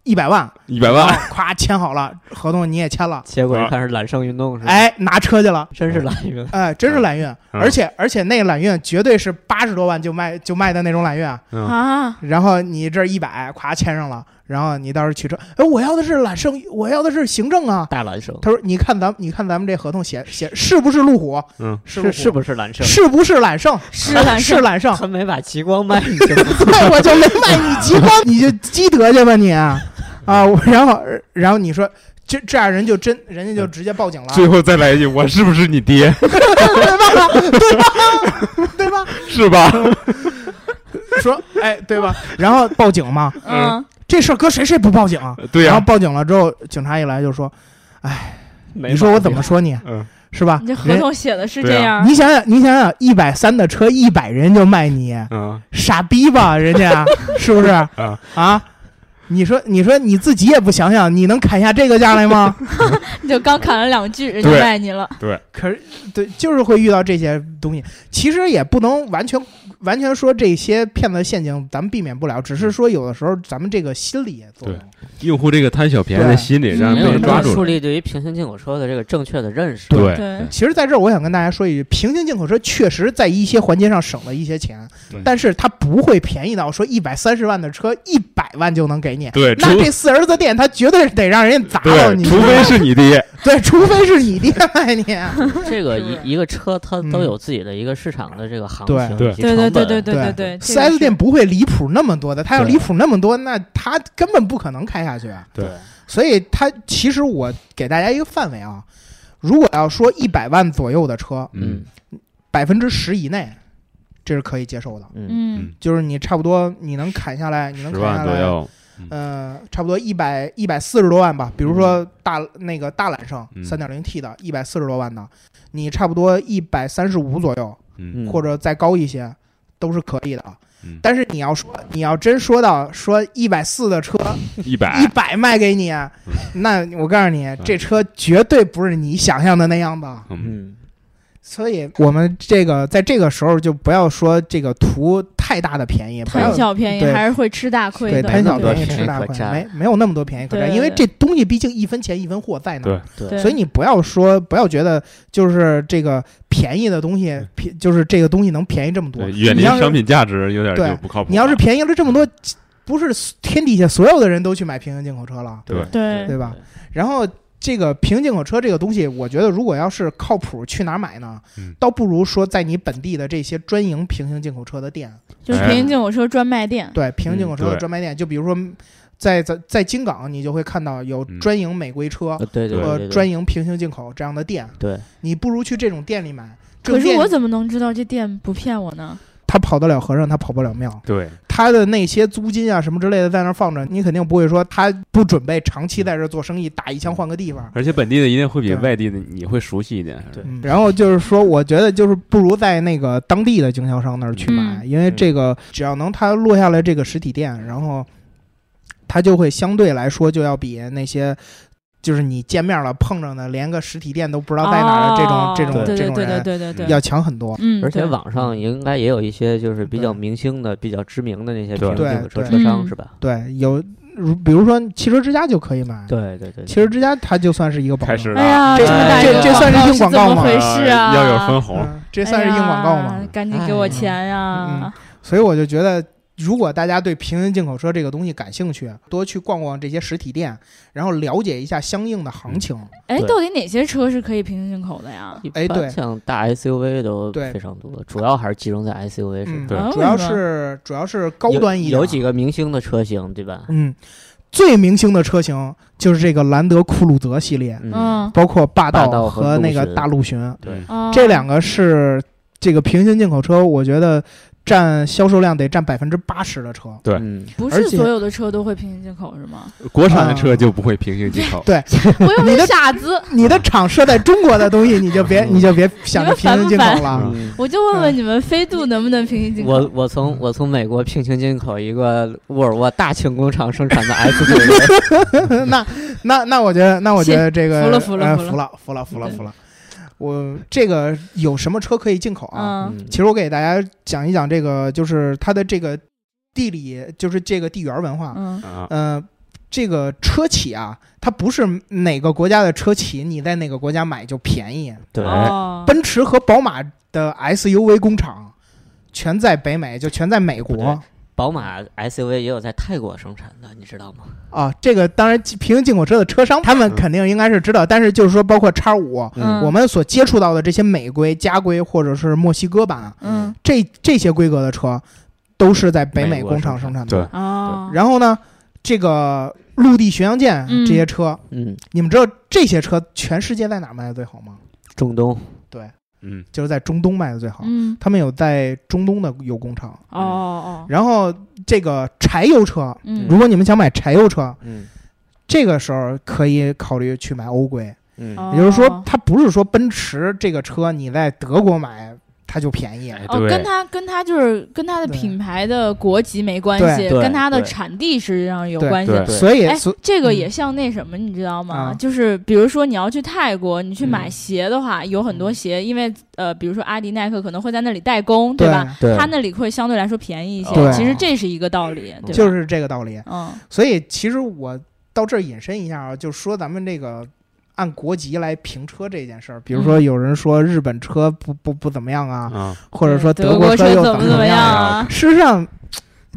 Speaker 2: 一百万，
Speaker 4: 一百
Speaker 2: 然
Speaker 4: 万，
Speaker 2: 后咵签好了，合同你也签了，
Speaker 5: 结果一看是揽胜运动是吧？，
Speaker 2: 哎，拿车去了。
Speaker 5: 真是揽运。
Speaker 2: 哎，真是揽运，
Speaker 4: 嗯
Speaker 2: 而且而且那揽运绝对是八十多万就卖就卖的那种揽运，
Speaker 4: 嗯，
Speaker 1: 啊，
Speaker 2: 然后你这一百咵签上了，然后你到时候取车，哎，我要的是揽胜，我要的是行政啊。
Speaker 5: 大揽胜
Speaker 2: 他说，你看咱你看咱们这合同写写是不是路虎？
Speaker 4: 嗯，
Speaker 2: 是
Speaker 5: 是是
Speaker 2: 不
Speaker 5: 不是揽
Speaker 2: 是
Speaker 5: 胜？
Speaker 2: 是啊不是揽胜？
Speaker 1: 是揽
Speaker 2: 是
Speaker 1: 胜，
Speaker 2: 揽胜，
Speaker 5: 他没把极光卖你就不错。
Speaker 2: 那我就没卖你极光，你就积德去吧你啊！我然后然后你说这这样人就真人家就直接报警了，
Speaker 4: 最后再来一句，我是不是你爹？
Speaker 2: 对吧？对吧？对吧？
Speaker 4: 是吧？
Speaker 2: 说哎对吧？然后报警嘛，
Speaker 1: 嗯，
Speaker 2: 这事儿搁谁谁不报警啊？
Speaker 4: 对
Speaker 2: 然
Speaker 4: 呀
Speaker 2: 后，报警了之后，警察一来就说
Speaker 5: 没
Speaker 2: 你说我
Speaker 5: 毛病
Speaker 2: 怎么说你啊
Speaker 4: 嗯，
Speaker 2: 是吧？
Speaker 1: 你这合
Speaker 2: 人
Speaker 1: 同写的是这
Speaker 4: 对啊
Speaker 1: 样，
Speaker 2: 你想想，你想想，一百三的车，一百人就卖你，
Speaker 4: 嗯，
Speaker 2: 傻逼吧？人家是不是
Speaker 4: 啊
Speaker 2: 啊？你说，你说你自己也不想想，你能砍下这个价来吗？
Speaker 1: 你就刚砍了两句，人就
Speaker 4: 对
Speaker 1: 卖你了，
Speaker 2: 可是，对，就是会遇到这些东西。其实也不能完全完全说这些骗子陷阱咱们避免不了，只是说有的时候咱们这个心理也作用。
Speaker 4: 用户这个贪小便宜的心理让
Speaker 2: 嗯
Speaker 1: 对
Speaker 4: 人
Speaker 3: 没有
Speaker 4: 被人啊抓住
Speaker 3: 树
Speaker 4: 了，
Speaker 3: 立对于平行进口车的这个正确的认识。
Speaker 4: 对
Speaker 1: 对，
Speaker 2: 其实，在这儿我想跟大家说一句，平行进口车确实在一些环节上省了一些钱
Speaker 4: 对，
Speaker 2: 但是它不会便宜到说一百三十万的车一百万就能给你。
Speaker 4: 对，
Speaker 2: 那
Speaker 4: 除
Speaker 2: 这四儿子店，他绝对得让人家砸了
Speaker 4: 对，
Speaker 2: 你，
Speaker 4: 除非是你爹，
Speaker 2: 对，除非是你爹卖你。啊
Speaker 3: 这个
Speaker 1: 是不是
Speaker 3: 一一个车它
Speaker 2: 嗯
Speaker 3: 都有自己的一个市场的这个行
Speaker 2: 对
Speaker 3: 情
Speaker 4: 对
Speaker 3: 以及
Speaker 1: 对对
Speaker 3: 成
Speaker 1: 对
Speaker 3: 本
Speaker 1: 对对对
Speaker 2: 对
Speaker 1: 对，这
Speaker 2: 四
Speaker 1: 个
Speaker 2: S
Speaker 1: 是
Speaker 2: 店不会离谱那么多的，他要
Speaker 3: 对
Speaker 2: 离谱那么多，那他根本不可能开下去。啊
Speaker 4: 对，
Speaker 2: 所以他其实我给大家一个范围啊，如果要说一百万左右的车，
Speaker 4: 嗯
Speaker 3: 嗯
Speaker 2: 百分之十以内，这是可以接受的。
Speaker 3: 嗯
Speaker 1: 嗯
Speaker 2: 就是你差不多你能砍下来，你能
Speaker 4: 十
Speaker 2: 砍
Speaker 4: 万
Speaker 2: 下
Speaker 4: 左
Speaker 2: 来，
Speaker 4: 右，
Speaker 2: 呃，差不多一百一百四十多万吧。比如说大、那个大揽胜
Speaker 4: 嗯
Speaker 2: 三点零 T 的，一百四十多万的，你差不多一百三十五左右，
Speaker 4: 嗯，
Speaker 3: 嗯，
Speaker 2: 或者再高一些，都是可以的。啊
Speaker 4: 嗯
Speaker 2: 但是你要说你要真说到说一百四的车
Speaker 4: 一百
Speaker 3: 哎
Speaker 2: 一，百卖给你，
Speaker 3: 嗯
Speaker 2: 那我告诉你，这车绝对不是你想象的那样的。
Speaker 4: 嗯，
Speaker 3: 嗯
Speaker 2: 所以我们这个在这个时候就不要说这个图太大的便宜，不要
Speaker 1: 贪小便宜
Speaker 2: 对
Speaker 1: 还是会吃大亏
Speaker 2: 对
Speaker 1: 的，
Speaker 2: 贪小
Speaker 1: 对
Speaker 2: 便宜
Speaker 3: 对
Speaker 2: 吃大
Speaker 3: 便宜可
Speaker 2: 亏，
Speaker 3: 占
Speaker 2: 没没有那么多便宜可占，
Speaker 1: 对
Speaker 2: 因为这东西毕竟一分钱一分货在那儿，
Speaker 1: 对
Speaker 2: 所以你不要说不要觉得就是这个便宜的东西，
Speaker 3: 嗯
Speaker 2: 便就是这个东西能便宜这么多
Speaker 4: 对，，远离
Speaker 2: 你要是
Speaker 4: 商品价值有点
Speaker 2: 对
Speaker 4: 就不靠谱了。
Speaker 2: 你要是便宜了这么多，不是天底下所有的人都去买平行进口车了。
Speaker 4: 对
Speaker 1: 对
Speaker 2: 对吧？然后这个平行进口车这个东西，我觉得如果要是靠谱去哪儿买呢
Speaker 4: 嗯，
Speaker 2: 倒不如说在你本地的这些专营平行进口车的店，
Speaker 1: 就是
Speaker 4: 哎
Speaker 1: 平行进口车专卖店，
Speaker 2: 对平行进口车的
Speaker 4: 嗯对
Speaker 2: 专卖店，就比如说在在在京港，你就会看到有
Speaker 4: 嗯
Speaker 2: 专营美规车
Speaker 3: 呃对对
Speaker 2: 和
Speaker 3: 对
Speaker 2: 专
Speaker 3: 对
Speaker 2: 营平行进口这样的店，
Speaker 3: 对，
Speaker 2: 你不如去这种店里买。这
Speaker 1: 可
Speaker 2: 种
Speaker 1: 是我
Speaker 2: 店
Speaker 1: 怎么能知道这店不骗我呢？
Speaker 2: 他跑得了和尚，他跑不了庙。
Speaker 4: 对，
Speaker 2: 他的那些租金啊什么之类的在那儿放着，你肯定不会说他不准备长期在这儿做生意，打一枪换个地方。
Speaker 4: 而且本地的一定会比
Speaker 2: 对
Speaker 4: 外地的你会熟悉一点。
Speaker 5: 对
Speaker 2: 嗯，然后就是说，我觉得就是不如在那个当地的经销商那儿去买，
Speaker 1: 嗯
Speaker 2: 因为这个只要能它落下来这个实体店，然后它就会相对来说就要比那些就是你见面了碰上的连个实体店都不知道在哪儿的这种、
Speaker 1: 哦
Speaker 2: 这种
Speaker 1: 对
Speaker 2: 这
Speaker 1: 对
Speaker 2: 种
Speaker 1: 对对
Speaker 2: 人
Speaker 1: 对对对，
Speaker 2: 要强很多。
Speaker 1: 嗯，
Speaker 3: 而且
Speaker 1: 对
Speaker 3: 网上应该也有一些就是比较
Speaker 2: 对
Speaker 3: 明星的、比较知名的那些
Speaker 4: 对
Speaker 3: 平行进口车
Speaker 2: 对
Speaker 3: 车商
Speaker 1: 嗯
Speaker 3: 是吧？
Speaker 2: 对，有如比如说汽车之家就可以买，
Speaker 3: 对对对，
Speaker 2: 汽车之家它就算是一个榜
Speaker 4: 开始
Speaker 2: 样。
Speaker 4: 了，
Speaker 1: 哎呀，
Speaker 2: 这
Speaker 1: 么大
Speaker 2: 这
Speaker 1: 一个
Speaker 2: 这算是硬广告
Speaker 1: 怎么
Speaker 2: 吗
Speaker 1: 回事啊？
Speaker 2: 哦
Speaker 4: 要有分红，
Speaker 2: 嗯，这算是硬广告吗？嗯
Speaker 1: 哎呀赶紧给我钱呀！
Speaker 2: 所以我就觉得如果大家对平行进口车这个东西感兴趣，多去逛逛这些实体店，然后了解一下相应的行情。
Speaker 1: 哎，
Speaker 3: 对
Speaker 1: 到底哪些车是可以平行进口的呀？
Speaker 3: 一
Speaker 2: 哎对
Speaker 3: 般像大 SUV 都
Speaker 2: 对
Speaker 3: 非常多，主要还是集中在 SUV
Speaker 2: 嗯，
Speaker 3: 上。
Speaker 4: 对
Speaker 1: 啊
Speaker 2: 主要
Speaker 1: 为什么
Speaker 2: 是主要是高端一点啊
Speaker 3: 有有几个明星的车型，对吧？
Speaker 2: 嗯，最明星的车型就是这个兰德酷路泽系列，
Speaker 3: 嗯，
Speaker 1: 嗯，
Speaker 2: 包括霸
Speaker 3: 霸
Speaker 2: 道
Speaker 3: 道和
Speaker 2: 和那个
Speaker 3: 陆巡
Speaker 2: 大陆巡，
Speaker 3: 对，
Speaker 1: 啊
Speaker 2: 这两个是这个平行进口车，我觉得占销售量得占百分之八十的车。
Speaker 4: 对
Speaker 3: 嗯，
Speaker 1: 不
Speaker 2: 而
Speaker 1: 是
Speaker 2: 且
Speaker 1: 所有的车都会平行进口是 吗？
Speaker 2: 嗯
Speaker 4: 国产的车就不会平行进口。
Speaker 1: 我又不
Speaker 2: 你的
Speaker 1: 是傻子，
Speaker 2: 你
Speaker 3: 哦
Speaker 2: 的厂设在中国的东西，你就 别
Speaker 3: 嗯
Speaker 2: 你就别想着平行进口
Speaker 1: 你们
Speaker 2: 了。
Speaker 3: 嗯
Speaker 1: 我就问问你们飞度能不能平行进口？
Speaker 5: 我我
Speaker 2: 嗯
Speaker 5: 从我从美国聘请进口一个沃尔沃大庆工厂生产 的
Speaker 1: 嗯
Speaker 5: SUV，
Speaker 2: 那那那我觉得，那我觉得这个
Speaker 1: 服了服了
Speaker 2: 呃
Speaker 1: 服了
Speaker 2: 服了服了服了服了。我这个有什么车可以进口啊？
Speaker 1: 嗯
Speaker 3: 嗯
Speaker 2: 其实我给大家讲一讲这个，就是它的这个地理，就是这个地缘文化。
Speaker 1: 嗯
Speaker 4: 啊，
Speaker 2: 呃，这个车企啊，它不是哪个国家的车企，你在哪个国家买就便宜。
Speaker 3: 对，
Speaker 1: 哦，
Speaker 2: 奔驰和宝马的 SUV 工厂全在北美，就全在美
Speaker 3: 不
Speaker 2: 国
Speaker 3: 对宝马 SUV 也有在泰国生产的，你知道吗？
Speaker 2: 啊。这个当然，平行进口车的车商他们
Speaker 4: 嗯
Speaker 2: 肯定应该是知道，但是就是说，包括叉五。
Speaker 1: 嗯
Speaker 2: 我们所接触到的这些美规、加规或者是墨西哥版，啊
Speaker 1: 嗯
Speaker 2: 这这些规格的车，都是在北
Speaker 3: 美
Speaker 2: 美
Speaker 3: 国
Speaker 2: 工厂
Speaker 3: 生
Speaker 2: 生
Speaker 3: 产
Speaker 2: 产的。
Speaker 1: 哦，
Speaker 2: 然后呢，这个陆地巡洋舰
Speaker 1: 嗯
Speaker 2: 这些车，
Speaker 3: 嗯，
Speaker 2: 你们知道这些车全世界在哪儿卖的最好吗？
Speaker 5: 中东
Speaker 4: 嗯，
Speaker 2: 就是在中东卖的最好。
Speaker 1: 嗯
Speaker 2: 他们有在中东的有工厂，
Speaker 1: 哦哦哦，
Speaker 2: 然后这个柴油车，
Speaker 1: 嗯
Speaker 2: 如果你们想买柴油车，
Speaker 5: 嗯
Speaker 2: 这个时候可以考虑去买欧规。
Speaker 5: 嗯
Speaker 1: 哦
Speaker 2: 也就是说，它不是说奔驰这个车你在德国买它就便宜，
Speaker 4: 哎
Speaker 1: 哦，跟它跟它就是跟它的
Speaker 2: 对
Speaker 1: 品牌的国籍没关系，
Speaker 2: 对
Speaker 5: 对
Speaker 1: 跟它的
Speaker 5: 对
Speaker 1: 产地实际上有
Speaker 2: 对
Speaker 1: 关系。
Speaker 4: 对
Speaker 2: 所以
Speaker 1: 哎
Speaker 2: 所，
Speaker 1: 这个
Speaker 2: 嗯
Speaker 1: 也像那什么，你知道吗？
Speaker 2: 啊
Speaker 1: 就是比如说你要去泰国，你去买
Speaker 2: 嗯
Speaker 1: 鞋的话，有很多鞋，因为呃，比如说阿迪、耐克可能会在那里代工，
Speaker 2: 对
Speaker 1: 吧？
Speaker 5: 对
Speaker 1: 它那里会相对来说便宜一些
Speaker 2: 对。
Speaker 1: 其实这是一个道理，对吧？
Speaker 2: 就是这个道理。
Speaker 1: 嗯
Speaker 2: 所以其实我到这儿引申一下啊，就说咱们这个按国籍来评车这件事儿，比
Speaker 1: 嗯
Speaker 2: 如说有人说日本车不不不怎么样啊，
Speaker 4: 啊，
Speaker 2: 或者说
Speaker 1: 对德
Speaker 2: 国车
Speaker 1: 车
Speaker 2: 又
Speaker 1: 怎么
Speaker 2: 么
Speaker 1: 怎么
Speaker 2: 样
Speaker 1: 样
Speaker 2: 啊。
Speaker 1: 啊？
Speaker 2: 事实上，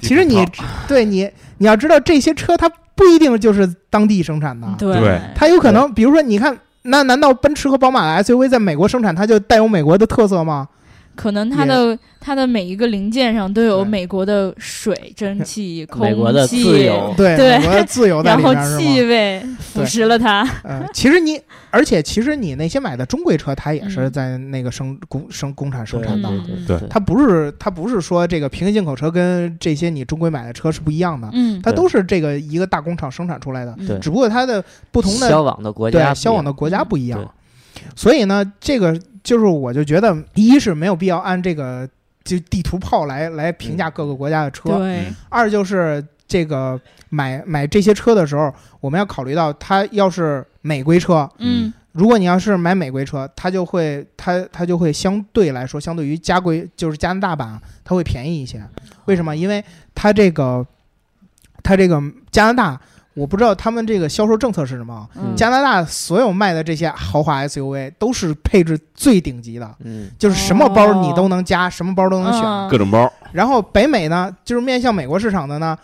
Speaker 2: 其实你对你你要知道这些车它不一定就是当地生产的，
Speaker 1: 啊
Speaker 4: 对
Speaker 2: 它有可能，比如说你看。那难道奔驰和宝马的 SUV 在美国生产，它就带有美国的特色吗？
Speaker 1: 可能它
Speaker 2: 也
Speaker 1: 的它的每一个零件上都有
Speaker 2: 对
Speaker 1: 美国的水、蒸汽、空气，
Speaker 3: 美国的自由，
Speaker 2: 对，
Speaker 1: 对
Speaker 2: 美国的自由 在
Speaker 1: 然
Speaker 2: 里
Speaker 1: 后
Speaker 2: 面是吗？
Speaker 1: 气味腐
Speaker 2: 对
Speaker 1: 蚀了它。
Speaker 2: 嗯，其实你，而且其实你那些买的中规车，它也是
Speaker 1: 嗯
Speaker 2: 在那个生工生工厂生
Speaker 3: 对
Speaker 2: 产的，
Speaker 1: 嗯
Speaker 3: 对
Speaker 4: 对
Speaker 3: 对，
Speaker 2: 它不是它不是说这个平行进口车跟这些你中规买的车是不一样的，
Speaker 1: 嗯，
Speaker 2: 它都是这个一个大工厂生产出来的，
Speaker 1: 嗯
Speaker 3: 对
Speaker 2: 只不过它的不同的
Speaker 3: 销往的国家
Speaker 2: 对销往的国家不一
Speaker 3: 嗯
Speaker 2: 样，所以呢，这个就是我就觉得，一是没有必要按这个就地图炮来来评
Speaker 3: 嗯
Speaker 2: 价各个国家的车，
Speaker 1: 对
Speaker 4: 嗯，
Speaker 2: 二就是这个买买这些车的时候，我们要考虑到它要是美规车，
Speaker 1: 嗯
Speaker 2: 如果你要是买美规车，它就会它它就会相对来说，相对于加规就是加拿大版，它会便宜一些。为什么？因为它这个它这个加拿大，我不知道他们这个销售政策是什么。啊
Speaker 1: 嗯，
Speaker 2: 加拿大所有卖的这些豪华 SUV 都是配置最顶级的，
Speaker 5: 嗯
Speaker 2: 就是什么包你都能加，什么包都能选。
Speaker 1: 哦嗯
Speaker 4: 各种包，
Speaker 2: 然后北美呢，就是面向美国市场的呢，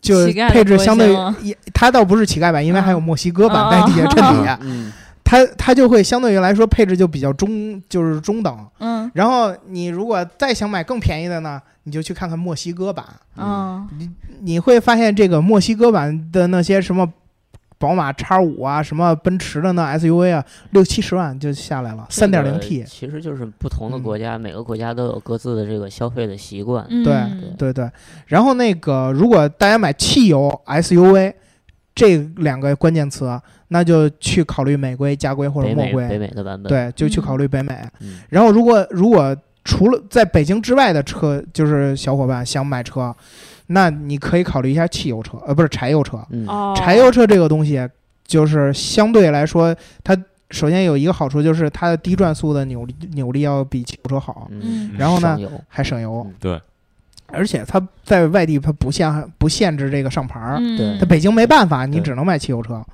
Speaker 2: 就
Speaker 1: 乞丐
Speaker 2: 配置
Speaker 1: 多一
Speaker 2: 相
Speaker 1: 些
Speaker 2: 对
Speaker 1: 吗
Speaker 2: 也，它倒不是乞丐版，因为
Speaker 1: 嗯哦
Speaker 2: 还有墨西哥版在底下衬底下，
Speaker 5: 嗯
Speaker 2: 它它就会相对于来说配置就比较中，就是中等。
Speaker 1: 嗯
Speaker 2: 然后你如果再想买更便宜的呢，你就去看看墨西哥版，
Speaker 1: 嗯
Speaker 2: 你会发现这个墨西哥版的那些什么。宝马叉五啊，什么奔驰的那 SUV 啊，六七十万就下来了，三点零 T。
Speaker 3: 其实就是不同的
Speaker 2: 嗯
Speaker 3: 国家，每个国家都有各自的这个消费的习惯。
Speaker 1: 嗯，
Speaker 2: 对
Speaker 1: 嗯
Speaker 2: 对对，然后那个如果大家买汽油 SUV 这两个关键词，啊那就去考虑美规、加规或者
Speaker 3: 北
Speaker 2: 墨
Speaker 3: 美北
Speaker 2: 规，
Speaker 3: 美的版本，
Speaker 2: 对，就去考
Speaker 1: 嗯
Speaker 2: 虑北美。
Speaker 3: 嗯，
Speaker 2: 然后如果如果除了在北京之外的车，就是小伙伴想买车，那你可以考虑一下汽油车，呃，不是柴油车。
Speaker 3: 嗯
Speaker 1: 哦，
Speaker 2: 柴油车这个东西，就是相对来说，它首先有一个好处就是它的低转速的扭力扭力要比汽油车好，
Speaker 3: 嗯，
Speaker 1: 嗯
Speaker 2: 然后呢
Speaker 3: 省油
Speaker 2: 还省油
Speaker 3: 嗯。
Speaker 4: 对，
Speaker 2: 而且它在外地它不限不限制这个上牌儿，
Speaker 1: 嗯
Speaker 3: 对
Speaker 2: 它北京没办法，你
Speaker 3: 对
Speaker 2: 只能买汽油车。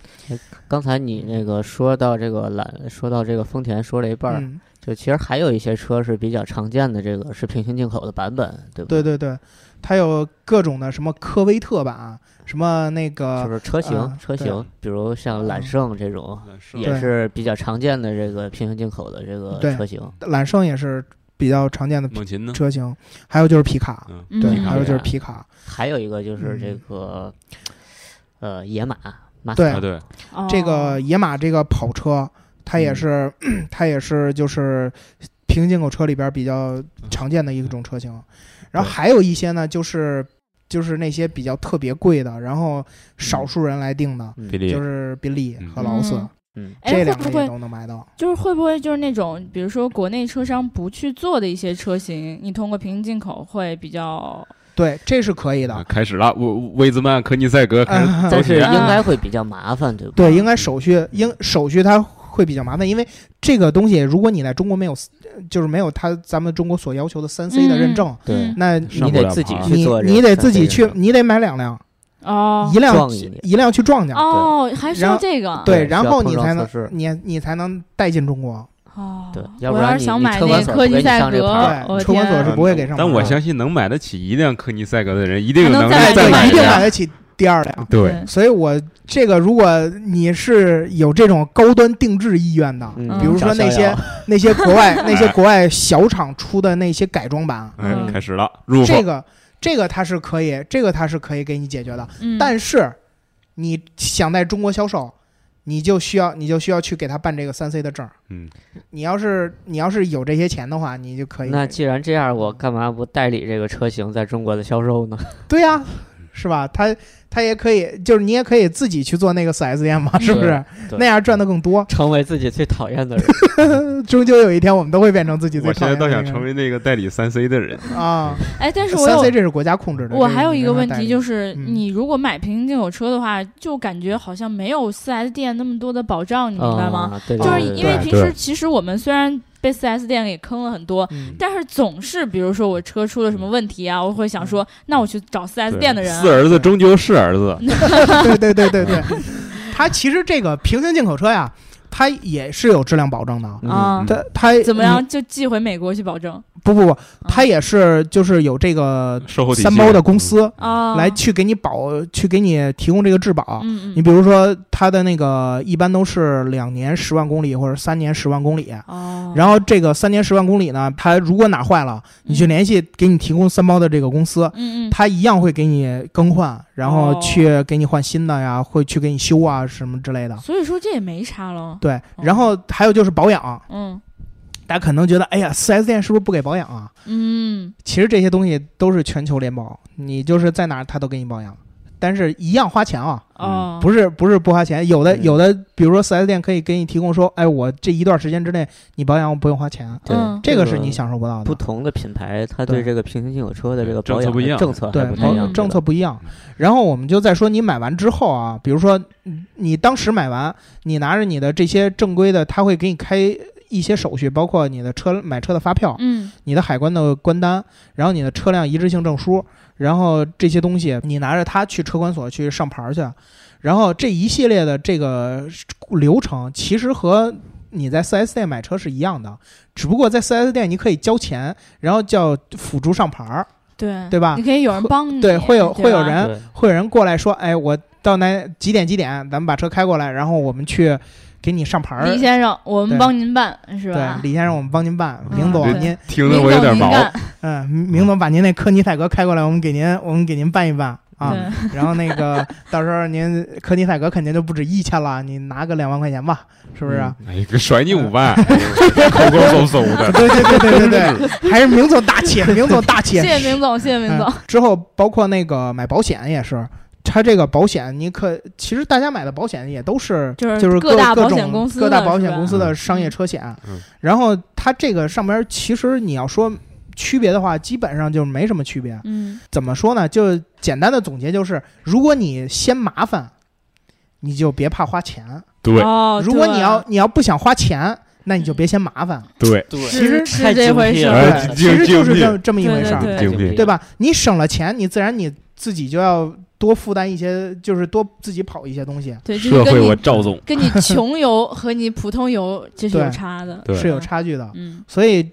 Speaker 3: 刚才你那个说到这个蓝，说到这个丰田说了一半儿，
Speaker 2: 嗯，
Speaker 3: 就其实还有一些车是比较常见的，这个是平行进口的版本，对不
Speaker 2: 对对对，它有各种的什么科威特版，什么那
Speaker 3: 就
Speaker 2: 个
Speaker 3: 是车型、
Speaker 2: 啊
Speaker 3: 车
Speaker 2: 对
Speaker 3: 型，比如像揽
Speaker 2: 嗯
Speaker 3: 胜这种，
Speaker 4: 也
Speaker 3: 也
Speaker 2: 对
Speaker 3: 是比较常见的这个平行进口的这个
Speaker 2: 对
Speaker 3: 车型。
Speaker 2: 揽胜也是比较常见的
Speaker 4: 猛禽呢？
Speaker 2: 车型，还有就是皮卡，
Speaker 4: 嗯，
Speaker 1: 嗯
Speaker 2: 对，
Speaker 3: 皮卡
Speaker 2: 还有就是
Speaker 3: 呀
Speaker 2: 皮卡，
Speaker 3: 还有一个就是这
Speaker 2: 嗯
Speaker 3: 个，呃，野马，马
Speaker 2: 对
Speaker 4: 啊对，
Speaker 1: 哦
Speaker 2: 这个野马这个跑车，它也
Speaker 3: 嗯
Speaker 2: 是、 它也是就是平行进口车里边比
Speaker 4: 嗯
Speaker 2: 较常见的一种车型。然后
Speaker 3: 对
Speaker 2: 还有一些呢，就是就是那些比较特别贵的，然后少数人来定的，
Speaker 3: 嗯
Speaker 4: 嗯比利
Speaker 2: 就，是宾利和
Speaker 4: 嗯
Speaker 2: 劳斯、
Speaker 1: 嗯
Speaker 3: 嗯，
Speaker 1: 哎
Speaker 2: 这
Speaker 1: 会
Speaker 2: 两
Speaker 1: 不
Speaker 2: 个
Speaker 1: 会
Speaker 2: 也都能买到。
Speaker 1: 就是会不会就是那种，比如说国内车商不去做的一些车型，你通过平行进口会比较
Speaker 2: 对，这是可以的。
Speaker 4: 啊开始了，我威兹曼、科尼塞格开 始
Speaker 2: 啊
Speaker 4: 走
Speaker 3: 但是
Speaker 4: 起
Speaker 3: 应
Speaker 4: 来
Speaker 1: 啊
Speaker 3: 该会比较麻烦，对不对？
Speaker 2: 对，应该手续应手续它会比较麻烦，因为这个东西如果你在中国没有，就是没有它咱们中国所要求的三 C 的
Speaker 1: 嗯
Speaker 2: 认证，
Speaker 3: 对
Speaker 2: 那
Speaker 4: 上
Speaker 5: 你
Speaker 2: 你
Speaker 4: 不
Speaker 5: 得
Speaker 4: 了
Speaker 5: 自己
Speaker 4: 牌儿
Speaker 5: 去
Speaker 2: 你
Speaker 5: 做这个，
Speaker 2: 你得自己去，你得买两辆，
Speaker 1: 哦
Speaker 2: 一辆
Speaker 3: 撞一辆
Speaker 2: 一辆去撞去，
Speaker 1: 哦，还需
Speaker 2: 然
Speaker 1: 要
Speaker 2: 后
Speaker 1: 这个
Speaker 2: 对，
Speaker 3: 对
Speaker 2: 然
Speaker 3: 需要
Speaker 2: 后
Speaker 3: 碰
Speaker 2: 你
Speaker 3: 撞
Speaker 2: 才
Speaker 3: 测
Speaker 2: 能
Speaker 3: 试
Speaker 2: 你你才能带进中国。
Speaker 1: 哦，
Speaker 3: 对要
Speaker 1: 我
Speaker 3: 不然
Speaker 1: 要是
Speaker 3: 你
Speaker 1: 想
Speaker 3: 你
Speaker 1: 买
Speaker 3: 车
Speaker 1: 那
Speaker 3: 管所
Speaker 1: 科
Speaker 3: 不
Speaker 1: 技
Speaker 3: 给你
Speaker 1: 赛
Speaker 3: 上这
Speaker 1: 格
Speaker 3: 牌
Speaker 2: 儿，对
Speaker 1: 我
Speaker 2: 车管
Speaker 1: 天
Speaker 2: 所是不会给上
Speaker 4: 但
Speaker 2: 牌
Speaker 4: 我
Speaker 2: 儿
Speaker 4: 相信能买得起一辆科尼塞格的人，一定
Speaker 1: 还
Speaker 4: 有
Speaker 1: 能
Speaker 4: 能
Speaker 1: 再
Speaker 4: 力
Speaker 1: 买
Speaker 4: 再
Speaker 1: 一辆
Speaker 2: 对，一
Speaker 4: 买
Speaker 2: 定
Speaker 4: 辆
Speaker 2: 买。得起第二辆。
Speaker 4: 对，
Speaker 2: 所以我这个，如果你是有这种高端定制意愿的，
Speaker 5: 嗯
Speaker 1: 嗯
Speaker 2: 比如说那些
Speaker 5: 找逍遥
Speaker 2: 那些国 外那些国外小厂出的那些改装版，
Speaker 4: 哎，
Speaker 1: 嗯
Speaker 4: 开始了，入
Speaker 2: 这
Speaker 4: 手
Speaker 2: 个这个它是可以，这个它是可以给你解决的。
Speaker 1: 嗯，
Speaker 2: 但是你想在中国销售，你就需要你就需要去给他办这个三 C 的证儿。
Speaker 4: 嗯，
Speaker 2: 你要是你要是有这些钱的话，你就可以。
Speaker 3: 那既然这样，我干嘛不代理这个车型在中国的销售呢？
Speaker 2: 对呀、是吧？他他也可以，就是你也可以自己去做那个 4S 店
Speaker 1: 嗯
Speaker 2: 嘛，是不是？
Speaker 3: 对
Speaker 2: 那样赚的更多。
Speaker 3: 成为自己最讨厌的人，
Speaker 2: 终究有一天，我们都会变成自己最
Speaker 4: 我现
Speaker 2: 讨
Speaker 4: 在
Speaker 2: 厌的
Speaker 4: 倒
Speaker 2: 那个
Speaker 4: 想
Speaker 2: 人。
Speaker 4: 成为那个代理三 C 的人，
Speaker 2: 啊，
Speaker 1: 哎，但是我
Speaker 2: 三 C
Speaker 1: 有
Speaker 2: 这是国家控制的。
Speaker 1: 我
Speaker 2: 这
Speaker 1: 还有一个问题就是是，
Speaker 2: 嗯
Speaker 1: 你如果买平行进口车的话，就感觉好像没有 4S 店那么多的保障，你明白吗？
Speaker 3: 啊？对，
Speaker 2: 嗯
Speaker 1: 就是
Speaker 3: 对
Speaker 1: 因为
Speaker 4: 对
Speaker 1: 平时其实我们虽然被 4S 店给坑了很多，
Speaker 2: 没人带你。嗯
Speaker 1: 但是总是，比如说我车出了什么问题啊，我会想
Speaker 2: 嗯
Speaker 1: 说，那我去找 4S 店的人啊、
Speaker 4: 四儿子终究是儿子，
Speaker 2: 对对对对 对，它其实这个平行进口车呀，它也是有质量保证的。
Speaker 5: 嗯
Speaker 1: 啊，
Speaker 2: 它它
Speaker 1: 怎么？样就寄回美国去保证
Speaker 2: 你不不不，它也是就是有这个
Speaker 4: 售后体系嗯
Speaker 2: 三包的公司
Speaker 1: 啊？
Speaker 2: 嗯来去给你保，去给你提供这个质保。
Speaker 1: 嗯，嗯
Speaker 2: 你比如说，它的那个一般都是两年十万公里或者三年十万公里，
Speaker 1: 哦，
Speaker 2: 然后这个三年十万公里呢，它如果哪坏了，你去联系给你提供三包的这个公司，
Speaker 1: 嗯嗯嗯
Speaker 2: 它一样会给你更换，然后
Speaker 1: 哦
Speaker 2: 去给你换新的呀，会去给你修啊什么之类的
Speaker 1: 嗯，。所以说这也没啥了，
Speaker 2: 对，然后还有就是保养，
Speaker 1: 嗯
Speaker 2: 大家可能觉得，哎呀，4S 店是不是不给保养啊？
Speaker 1: 嗯，
Speaker 2: 其实这些东西都是全球联保，你就是在哪儿他都给你保养，但是一样花钱啊。
Speaker 1: 哦，
Speaker 2: 不是不是不花钱，有的
Speaker 3: 嗯
Speaker 2: 有的，比如说 4S 店可以给你提供说，哎，我这一段时间之内你保养我不用花钱，
Speaker 3: 对
Speaker 1: 嗯
Speaker 2: 这个是你享受不到
Speaker 3: 不
Speaker 2: 的。
Speaker 3: 同的品牌，它对
Speaker 2: 对
Speaker 3: 这个平行进口车的这个
Speaker 4: 政
Speaker 3: 保
Speaker 4: 策
Speaker 3: 养
Speaker 4: 不一
Speaker 3: 的
Speaker 4: 样
Speaker 3: 政策还
Speaker 2: 对
Speaker 3: 不，太
Speaker 2: 保
Speaker 3: 一样，
Speaker 2: 政策不一样
Speaker 4: 嗯。
Speaker 2: 然后我们就再说，你买完之后啊，比如说嗯你当时买完，你拿着你的这些正规的，他会给你开一些手续，包括你的车买车的发票，
Speaker 1: 嗯
Speaker 2: 你的海关的关单，然后你的车辆一致性证书，然后这些东西你拿着它去车管所去上牌儿去，然后这一系列的这个流程其实和你在 4S 店买车是一样的，只不过在 4S 店你可以交钱，然后叫辅助上牌儿，
Speaker 1: 对
Speaker 2: 对吧
Speaker 1: 你可以有人
Speaker 2: 会
Speaker 1: 帮你，
Speaker 2: 对会有
Speaker 1: 对
Speaker 2: 会有
Speaker 1: 吧
Speaker 2: 人
Speaker 3: 对，
Speaker 2: 会有人过来说，哎，我到哪几点几点，咱们把车开过来，然后我们去给你上牌儿。
Speaker 1: 李先生，我们
Speaker 2: 对
Speaker 1: 帮您办是
Speaker 2: 对
Speaker 1: 吧，？
Speaker 2: 李先生，我们帮您办。
Speaker 1: 嗯
Speaker 2: 明总，
Speaker 1: 对
Speaker 2: 您
Speaker 4: 听
Speaker 1: 您
Speaker 4: 得我有点毛。
Speaker 2: 嗯，明总把您那科尼泰格开过来，我们给您，我们给您办一办啊。
Speaker 1: 对，
Speaker 2: 然后 那个到时候您科尼泰格肯定就不止一千了，你拿个两万块钱吧，是啊不是？
Speaker 4: 哎，给甩你 五万，哎抠抠搜搜的。
Speaker 2: 对对对对对对，还是明总大气，明总大气。
Speaker 1: 谢谢明总，谢谢明总
Speaker 2: 嗯。之后包括那个买保险也是，他这个保险你可其实大家买的保险也都是
Speaker 1: 就是
Speaker 2: 就是
Speaker 1: 各大
Speaker 2: 各
Speaker 1: 保险
Speaker 2: 种
Speaker 1: 公司
Speaker 2: 各大
Speaker 1: 的
Speaker 2: 保
Speaker 1: 是
Speaker 2: 险
Speaker 1: 吧
Speaker 2: 公司的商业车险，
Speaker 4: 嗯
Speaker 2: 然后它这个上边其实你要说区别的话，基本上就没什么区别。
Speaker 1: 嗯，
Speaker 2: 怎么说呢？就简单的总结就是，如果你嫌麻烦，你就别怕花钱；
Speaker 4: 对
Speaker 1: 哦，
Speaker 2: 如果
Speaker 1: 对嗯
Speaker 2: 你要你要不想花钱，那你就别嫌麻烦。
Speaker 4: 对，
Speaker 3: 对
Speaker 2: 其实
Speaker 1: 是
Speaker 3: 太
Speaker 1: 这
Speaker 3: 精
Speaker 1: 回
Speaker 3: 辟
Speaker 1: 事
Speaker 3: 了
Speaker 1: 儿
Speaker 4: 哎
Speaker 2: 对，其实就是这么这么一
Speaker 1: 对
Speaker 2: 回事儿，
Speaker 1: 对
Speaker 4: 精辟
Speaker 2: 对吧？你省了钱，你自然你自己就要多负担一些，就是多自己跑一些东西，
Speaker 1: 对，就是
Speaker 4: 社会
Speaker 1: 跟
Speaker 4: 我
Speaker 1: 你
Speaker 4: 赵总，
Speaker 1: 跟 你穷游和你普通游这是有
Speaker 2: 对
Speaker 1: 差的，
Speaker 4: 对
Speaker 2: 是有差距的。
Speaker 1: 嗯，
Speaker 2: 所以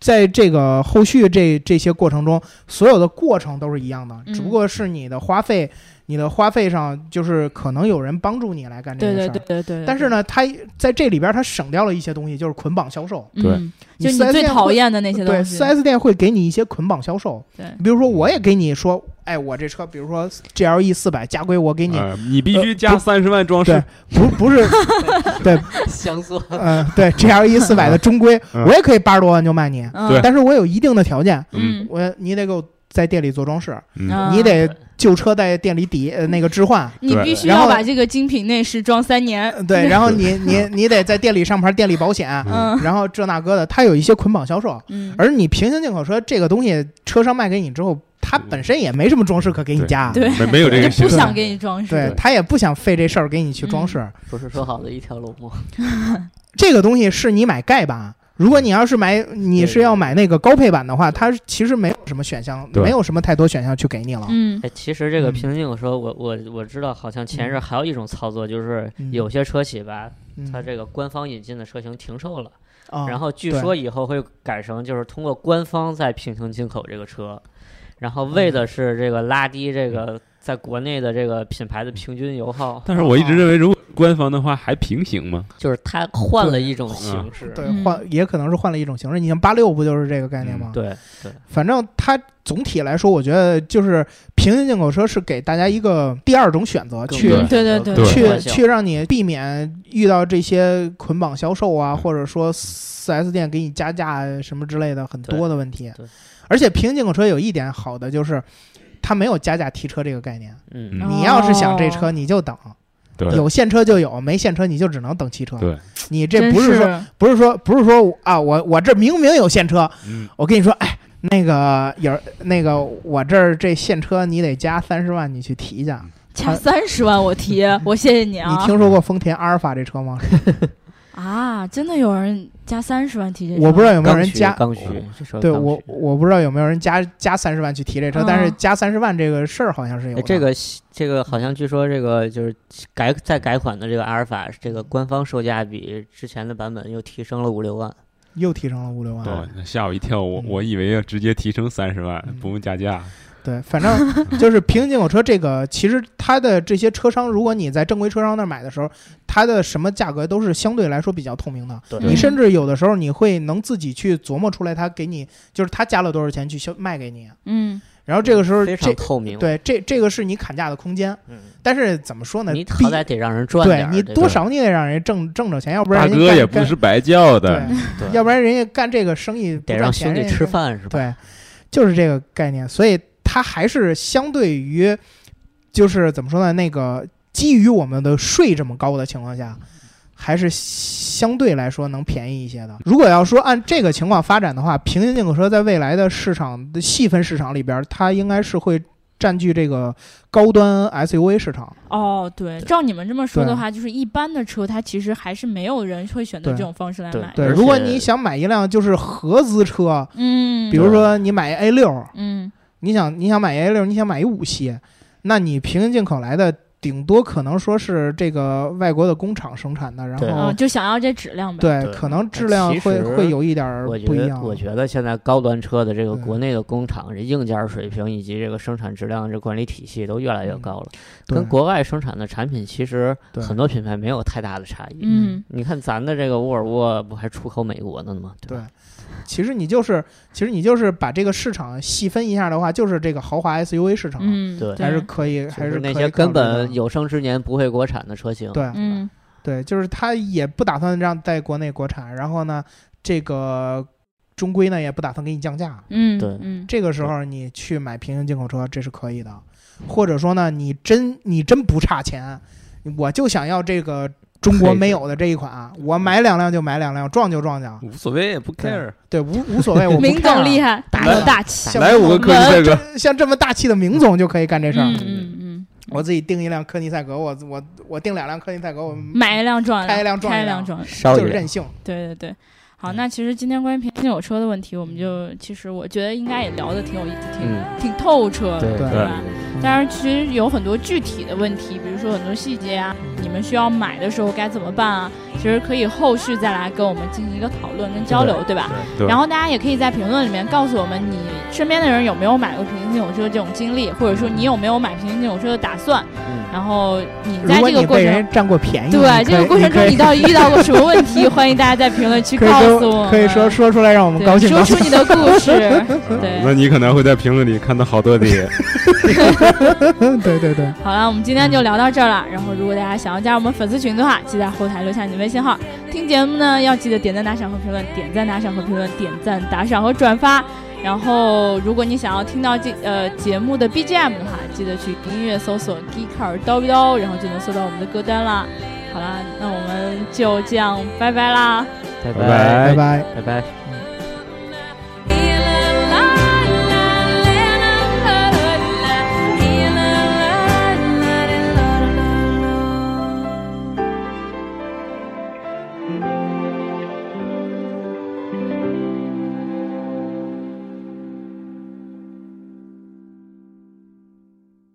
Speaker 2: 在这个后续这这些过程中，所有的过程都是一样的，
Speaker 1: 嗯
Speaker 2: 只不过是你的花费，你的花费上就是可能有人帮助你来干这
Speaker 1: 对
Speaker 2: 件事
Speaker 1: 对
Speaker 2: 儿。
Speaker 1: 对对对。
Speaker 2: 但是呢，他在这里边他省掉了一些东西，就是捆绑销售。
Speaker 1: 对，
Speaker 4: 对
Speaker 1: 嗯就你
Speaker 2: 4S
Speaker 1: 最
Speaker 2: 店
Speaker 1: 讨
Speaker 2: 会
Speaker 1: 厌的那些
Speaker 2: 对
Speaker 1: 东西
Speaker 2: 4，S 店会给你一些捆绑销售，
Speaker 1: 对
Speaker 2: 比如说我也给你说，哎，我这车，比如说 GLE 四百加规，我给你
Speaker 4: 哎你必须加
Speaker 2: 呃
Speaker 4: 三十万装
Speaker 2: 对
Speaker 4: 饰，
Speaker 2: 不 不是，
Speaker 5: 相 锁
Speaker 2: 嗯，对 GLE 四百的中规，
Speaker 4: 嗯
Speaker 2: 我也可以八十多万就卖你，
Speaker 1: 嗯
Speaker 4: 对
Speaker 2: 但是我有一定的条件，
Speaker 1: 嗯
Speaker 2: 我你得给我在店里做装饰，
Speaker 4: 嗯，
Speaker 1: 啊
Speaker 2: 你得旧车在店里抵呃那个 置换，
Speaker 1: 你
Speaker 4: 对
Speaker 1: 必须
Speaker 2: 然
Speaker 1: 要
Speaker 2: 后
Speaker 1: 把这个精品内饰装三年，
Speaker 2: 呃对，然后你你你得在店里上牌，店里保险，
Speaker 1: 嗯
Speaker 2: 然后这那个的，它有一些捆绑销售，
Speaker 1: 嗯，
Speaker 2: 呃而你平行进口车这个东西，车商卖给你之后，它本身也没什么装饰可给你加。
Speaker 1: 对
Speaker 4: 没没有这
Speaker 1: 就
Speaker 4: 个
Speaker 1: 不
Speaker 4: 心
Speaker 1: 想给你装饰，
Speaker 2: 对他也不想费这事儿给你去装饰，
Speaker 1: 嗯
Speaker 5: 不是说好的一条龙吗？
Speaker 2: 这个东西是你买丐版，如果你要是买你是要买那个高配版的话，它其实没有什么选项，
Speaker 4: 对
Speaker 2: 没有什么太多选项去给你了。
Speaker 1: 嗯
Speaker 3: 哎，其实这个
Speaker 2: 嗯
Speaker 3: 平行进口车，我我我知道，好像前日还有一种操作，就是
Speaker 2: 嗯
Speaker 3: 有些车企吧，
Speaker 2: 嗯
Speaker 3: 它这个官方引进的车型停售了，
Speaker 2: 啊，
Speaker 3: 然后据
Speaker 2: 对
Speaker 3: 说以后会改成就是通过官方再平行进口这个车，然后为
Speaker 2: 嗯
Speaker 3: 的是这个拉低这个在国内的这个品牌
Speaker 2: 嗯
Speaker 3: 的平均油耗，
Speaker 4: 但是我一
Speaker 2: 哦
Speaker 4: 直认为，如果官方的话还平行吗？
Speaker 3: 就是它换了一种形式。
Speaker 2: 对
Speaker 1: 嗯
Speaker 2: 换也可能是换了一种形式，你像八六不就是这个概念吗？
Speaker 3: 嗯对
Speaker 2: 反正它总体来说，我觉得就是平行进口车是给大家一个第二种选择，
Speaker 3: 更
Speaker 2: 去
Speaker 3: 多的
Speaker 1: 对对
Speaker 3: 更
Speaker 1: 对
Speaker 3: 多的
Speaker 2: 去
Speaker 3: 选项
Speaker 2: 去让你避免遇到这些捆绑销售啊，或者说4 S 店给你加价什么之类的很多的问题
Speaker 3: 对对。
Speaker 2: 而且平行进口车有一点好的就是，它没有加价提车这个概念。
Speaker 3: 嗯，
Speaker 1: 嗯
Speaker 2: 你要是想这
Speaker 1: 哦
Speaker 2: 车，你就等。
Speaker 4: 对
Speaker 2: 有现车就有，没现车你就只能等汽车。
Speaker 4: 对
Speaker 2: 你这
Speaker 1: 真
Speaker 2: 不
Speaker 1: 是
Speaker 2: 是说不是说不是说我啊，我我这明明有现车，
Speaker 4: 嗯，
Speaker 2: 我跟你说，哎，那个有那个我这儿这现车你得加三十万，你去提一下。
Speaker 1: 加三十万我 提，我谢谢你啊，
Speaker 2: 呃你听说过丰田阿尔法这车吗？
Speaker 1: 啊，真的有人加三十万提这车，
Speaker 2: 我不知道有
Speaker 5: 有
Speaker 2: 没有人加，
Speaker 5: 刚需
Speaker 4: 哦，
Speaker 5: 这时候
Speaker 2: 对
Speaker 5: 刚
Speaker 2: 我
Speaker 5: 需
Speaker 2: 我不知道有没有人加加三十万去提这车，
Speaker 1: 嗯
Speaker 2: 但是加三十万这个事儿好像是有
Speaker 5: 哎
Speaker 2: 的。
Speaker 5: 这个西这个好像据说这个就是改再改款的这个阿尔法，这个官方售价比之前的版本又提升了五六万。
Speaker 2: 又提升了五六万。
Speaker 4: 对，哦吓我一跳，我
Speaker 2: 嗯
Speaker 4: 我以为要直接提升三十万
Speaker 2: 嗯，
Speaker 4: 不用加价。
Speaker 2: 对，反正就是平行进口车这个，其实它的这些车商，如果你在正规车商那儿买的时候，它的什么价格都是相对来说比较透明的。
Speaker 3: 对
Speaker 2: 你甚至有的时候你会能自己去琢磨出来，它给你就是它加了多少钱去销卖给你。
Speaker 1: 嗯
Speaker 2: 然后这个时候
Speaker 5: 非
Speaker 2: 这
Speaker 5: 常透明。
Speaker 2: 对这这个是你砍价的空间，
Speaker 5: 嗯，
Speaker 2: 但是怎么说呢？
Speaker 5: 你
Speaker 2: 必
Speaker 5: 好歹得让人赚
Speaker 2: 对
Speaker 5: 点儿，
Speaker 2: 你
Speaker 5: 对
Speaker 2: 多
Speaker 5: 吧
Speaker 2: 少你得让人挣挣着钱，要不
Speaker 4: 大
Speaker 2: 然人家
Speaker 4: 哥
Speaker 2: 干
Speaker 4: 也不
Speaker 2: 干
Speaker 4: 是白叫的，
Speaker 2: 对，
Speaker 5: 对
Speaker 2: 要不然人家干这个生意不
Speaker 5: 得
Speaker 2: 赚
Speaker 5: 让
Speaker 2: 钱
Speaker 5: 兄弟
Speaker 2: 人家
Speaker 5: 吃
Speaker 2: 就
Speaker 5: 饭是吧？
Speaker 2: 对，就是这个概念，所以它还是相对于，就是怎么说呢？那个基于我们的税这么高的情况下，还是相对来说能便宜一些的。如果要说按这个情况发展的话，平行进口车在未来的市场的细分市场里边儿，它应该是会占据这个高端 SUV 市场。
Speaker 1: 哦，对，照你们这么说的
Speaker 2: 对
Speaker 1: 话，就是一般的车，它其实还是没有人会选择
Speaker 2: 对
Speaker 1: 这种方式来
Speaker 3: 对
Speaker 1: 买
Speaker 2: 对，
Speaker 1: 的。
Speaker 3: 而
Speaker 2: 如果
Speaker 3: 且
Speaker 2: 你想买一辆就是合资车，
Speaker 1: 嗯，
Speaker 2: 比如说你买 A 六，
Speaker 1: 嗯，
Speaker 2: 你想你想买 A 六，你想买一五系，那你平行进口来的，顶多可能说是这个外国的工厂生产的，然
Speaker 5: 对
Speaker 1: 嗯，
Speaker 2: 后
Speaker 1: 就想要这质量呗。
Speaker 2: 哦对
Speaker 3: 对
Speaker 2: 可能质量
Speaker 5: 其
Speaker 2: 会
Speaker 5: 实
Speaker 2: 会有一点儿
Speaker 5: 我觉
Speaker 2: 不一
Speaker 5: 得，
Speaker 2: 样。
Speaker 5: 我觉得现在高端车的这个
Speaker 2: 对
Speaker 5: 国内的工厂，这硬件水平以及这个生产质量、这管理体系都越来越高了，
Speaker 2: 嗯对
Speaker 5: 跟国外生产的产品其实
Speaker 2: 对
Speaker 5: 很多品牌没有太大的差异。
Speaker 1: 嗯，
Speaker 5: 你看咱的这个沃尔沃不还出口美国呢吗？对
Speaker 2: 对
Speaker 5: 吧，
Speaker 2: 其实你就是其实你就是把这个市场细分一下的话，就是这个豪华 SUV 市场、
Speaker 1: 嗯，
Speaker 5: 对
Speaker 2: 还是可以，
Speaker 5: 就
Speaker 2: 还
Speaker 5: 是
Speaker 2: 是
Speaker 5: 那
Speaker 2: 可以
Speaker 5: 些
Speaker 2: 考
Speaker 5: 根
Speaker 2: 虑的
Speaker 5: 本有生之年不会国产的车型。
Speaker 2: 对
Speaker 1: 嗯
Speaker 2: 对，就是它也不打算让在国内国产，然后呢，这个中规呢也不打算给你降价。
Speaker 1: 嗯，
Speaker 5: 对
Speaker 1: 嗯，
Speaker 2: 这个时候你去买平行进口车，这是可以的。或者说呢，你真你真不差钱，我就想要这个中国没有的这一款，啊我买两辆就买两辆，撞就撞就，
Speaker 4: 无所谓，不 care。
Speaker 2: 对，无无所谓。我不
Speaker 1: 明
Speaker 2: 看啊
Speaker 1: 总厉害，大
Speaker 2: 来
Speaker 1: 有
Speaker 2: 吧
Speaker 1: 大气。
Speaker 2: 像
Speaker 4: 来五个
Speaker 1: 我
Speaker 4: 科技赛格，
Speaker 2: 像这么大气的明总就可以干这事儿。
Speaker 1: 嗯嗯嗯，
Speaker 2: 我自己订一辆科尼赛格，我我我订两辆科尼赛格，我
Speaker 1: 买一辆撞一
Speaker 2: 开一
Speaker 1: 辆，
Speaker 2: 辆撞
Speaker 1: 开
Speaker 2: 一辆
Speaker 1: 辆撞一辆。
Speaker 5: 稍
Speaker 2: 就是
Speaker 5: 远
Speaker 2: 任性。
Speaker 1: 对对对，好，
Speaker 2: 嗯
Speaker 1: 那其实今天关于平行进口车的问题，我们就其实我觉得应该也聊得挺有意思，挺
Speaker 5: 嗯
Speaker 1: 挺透彻的，
Speaker 5: 对
Speaker 2: 对
Speaker 1: 吧？当然，其实有很多具体的问题，比如说很多细节啊，
Speaker 2: 嗯
Speaker 1: 你们需要买的时候该怎么办啊？其实可以后续再来跟我们进行一个讨论跟交流，对吧？
Speaker 4: 对
Speaker 1: 然后大家也可以在评论里面告诉我们，你身边的人有没有买过平行进口车这种经历，或者说你有没有买平行进口车的打算？
Speaker 5: 嗯
Speaker 1: 然后你
Speaker 2: 如
Speaker 1: 在
Speaker 2: 果
Speaker 1: 这个
Speaker 2: 你
Speaker 1: 过
Speaker 2: 被
Speaker 1: 程，
Speaker 2: 人占过便宜，
Speaker 1: 对这个过程中你
Speaker 2: 嗯你
Speaker 1: 到底遇到过什么问题？ 欢迎大家在评论区
Speaker 2: 可以
Speaker 1: 告
Speaker 2: 可以
Speaker 1: 诉我
Speaker 2: 说
Speaker 1: 们，
Speaker 2: 可以说说出来，让我们
Speaker 1: 对
Speaker 2: 高兴
Speaker 1: 说
Speaker 2: 高兴
Speaker 1: 出。你的故事。对
Speaker 4: 嗯那你可能会在评论里看到 好多的，
Speaker 2: 嗯， 对对对，
Speaker 1: 好了，我们今天就聊到这儿了。然后，如果大家想要加入我们粉丝群的话，记得在后台留下你的微信号。听节目呢，要记得点赞、打赏和评论，点赞、打赏和评论，点赞、打赏和转发。然后，如果你想要听到这呃节目的 BGM 的话，记得去音乐搜索 Geeker 叨逼叨，然后就能搜到我们的歌单啦。好啦，那我们就这样，拜拜啦。
Speaker 5: 嗯拜
Speaker 4: 拜
Speaker 2: 拜拜。
Speaker 5: 拜拜。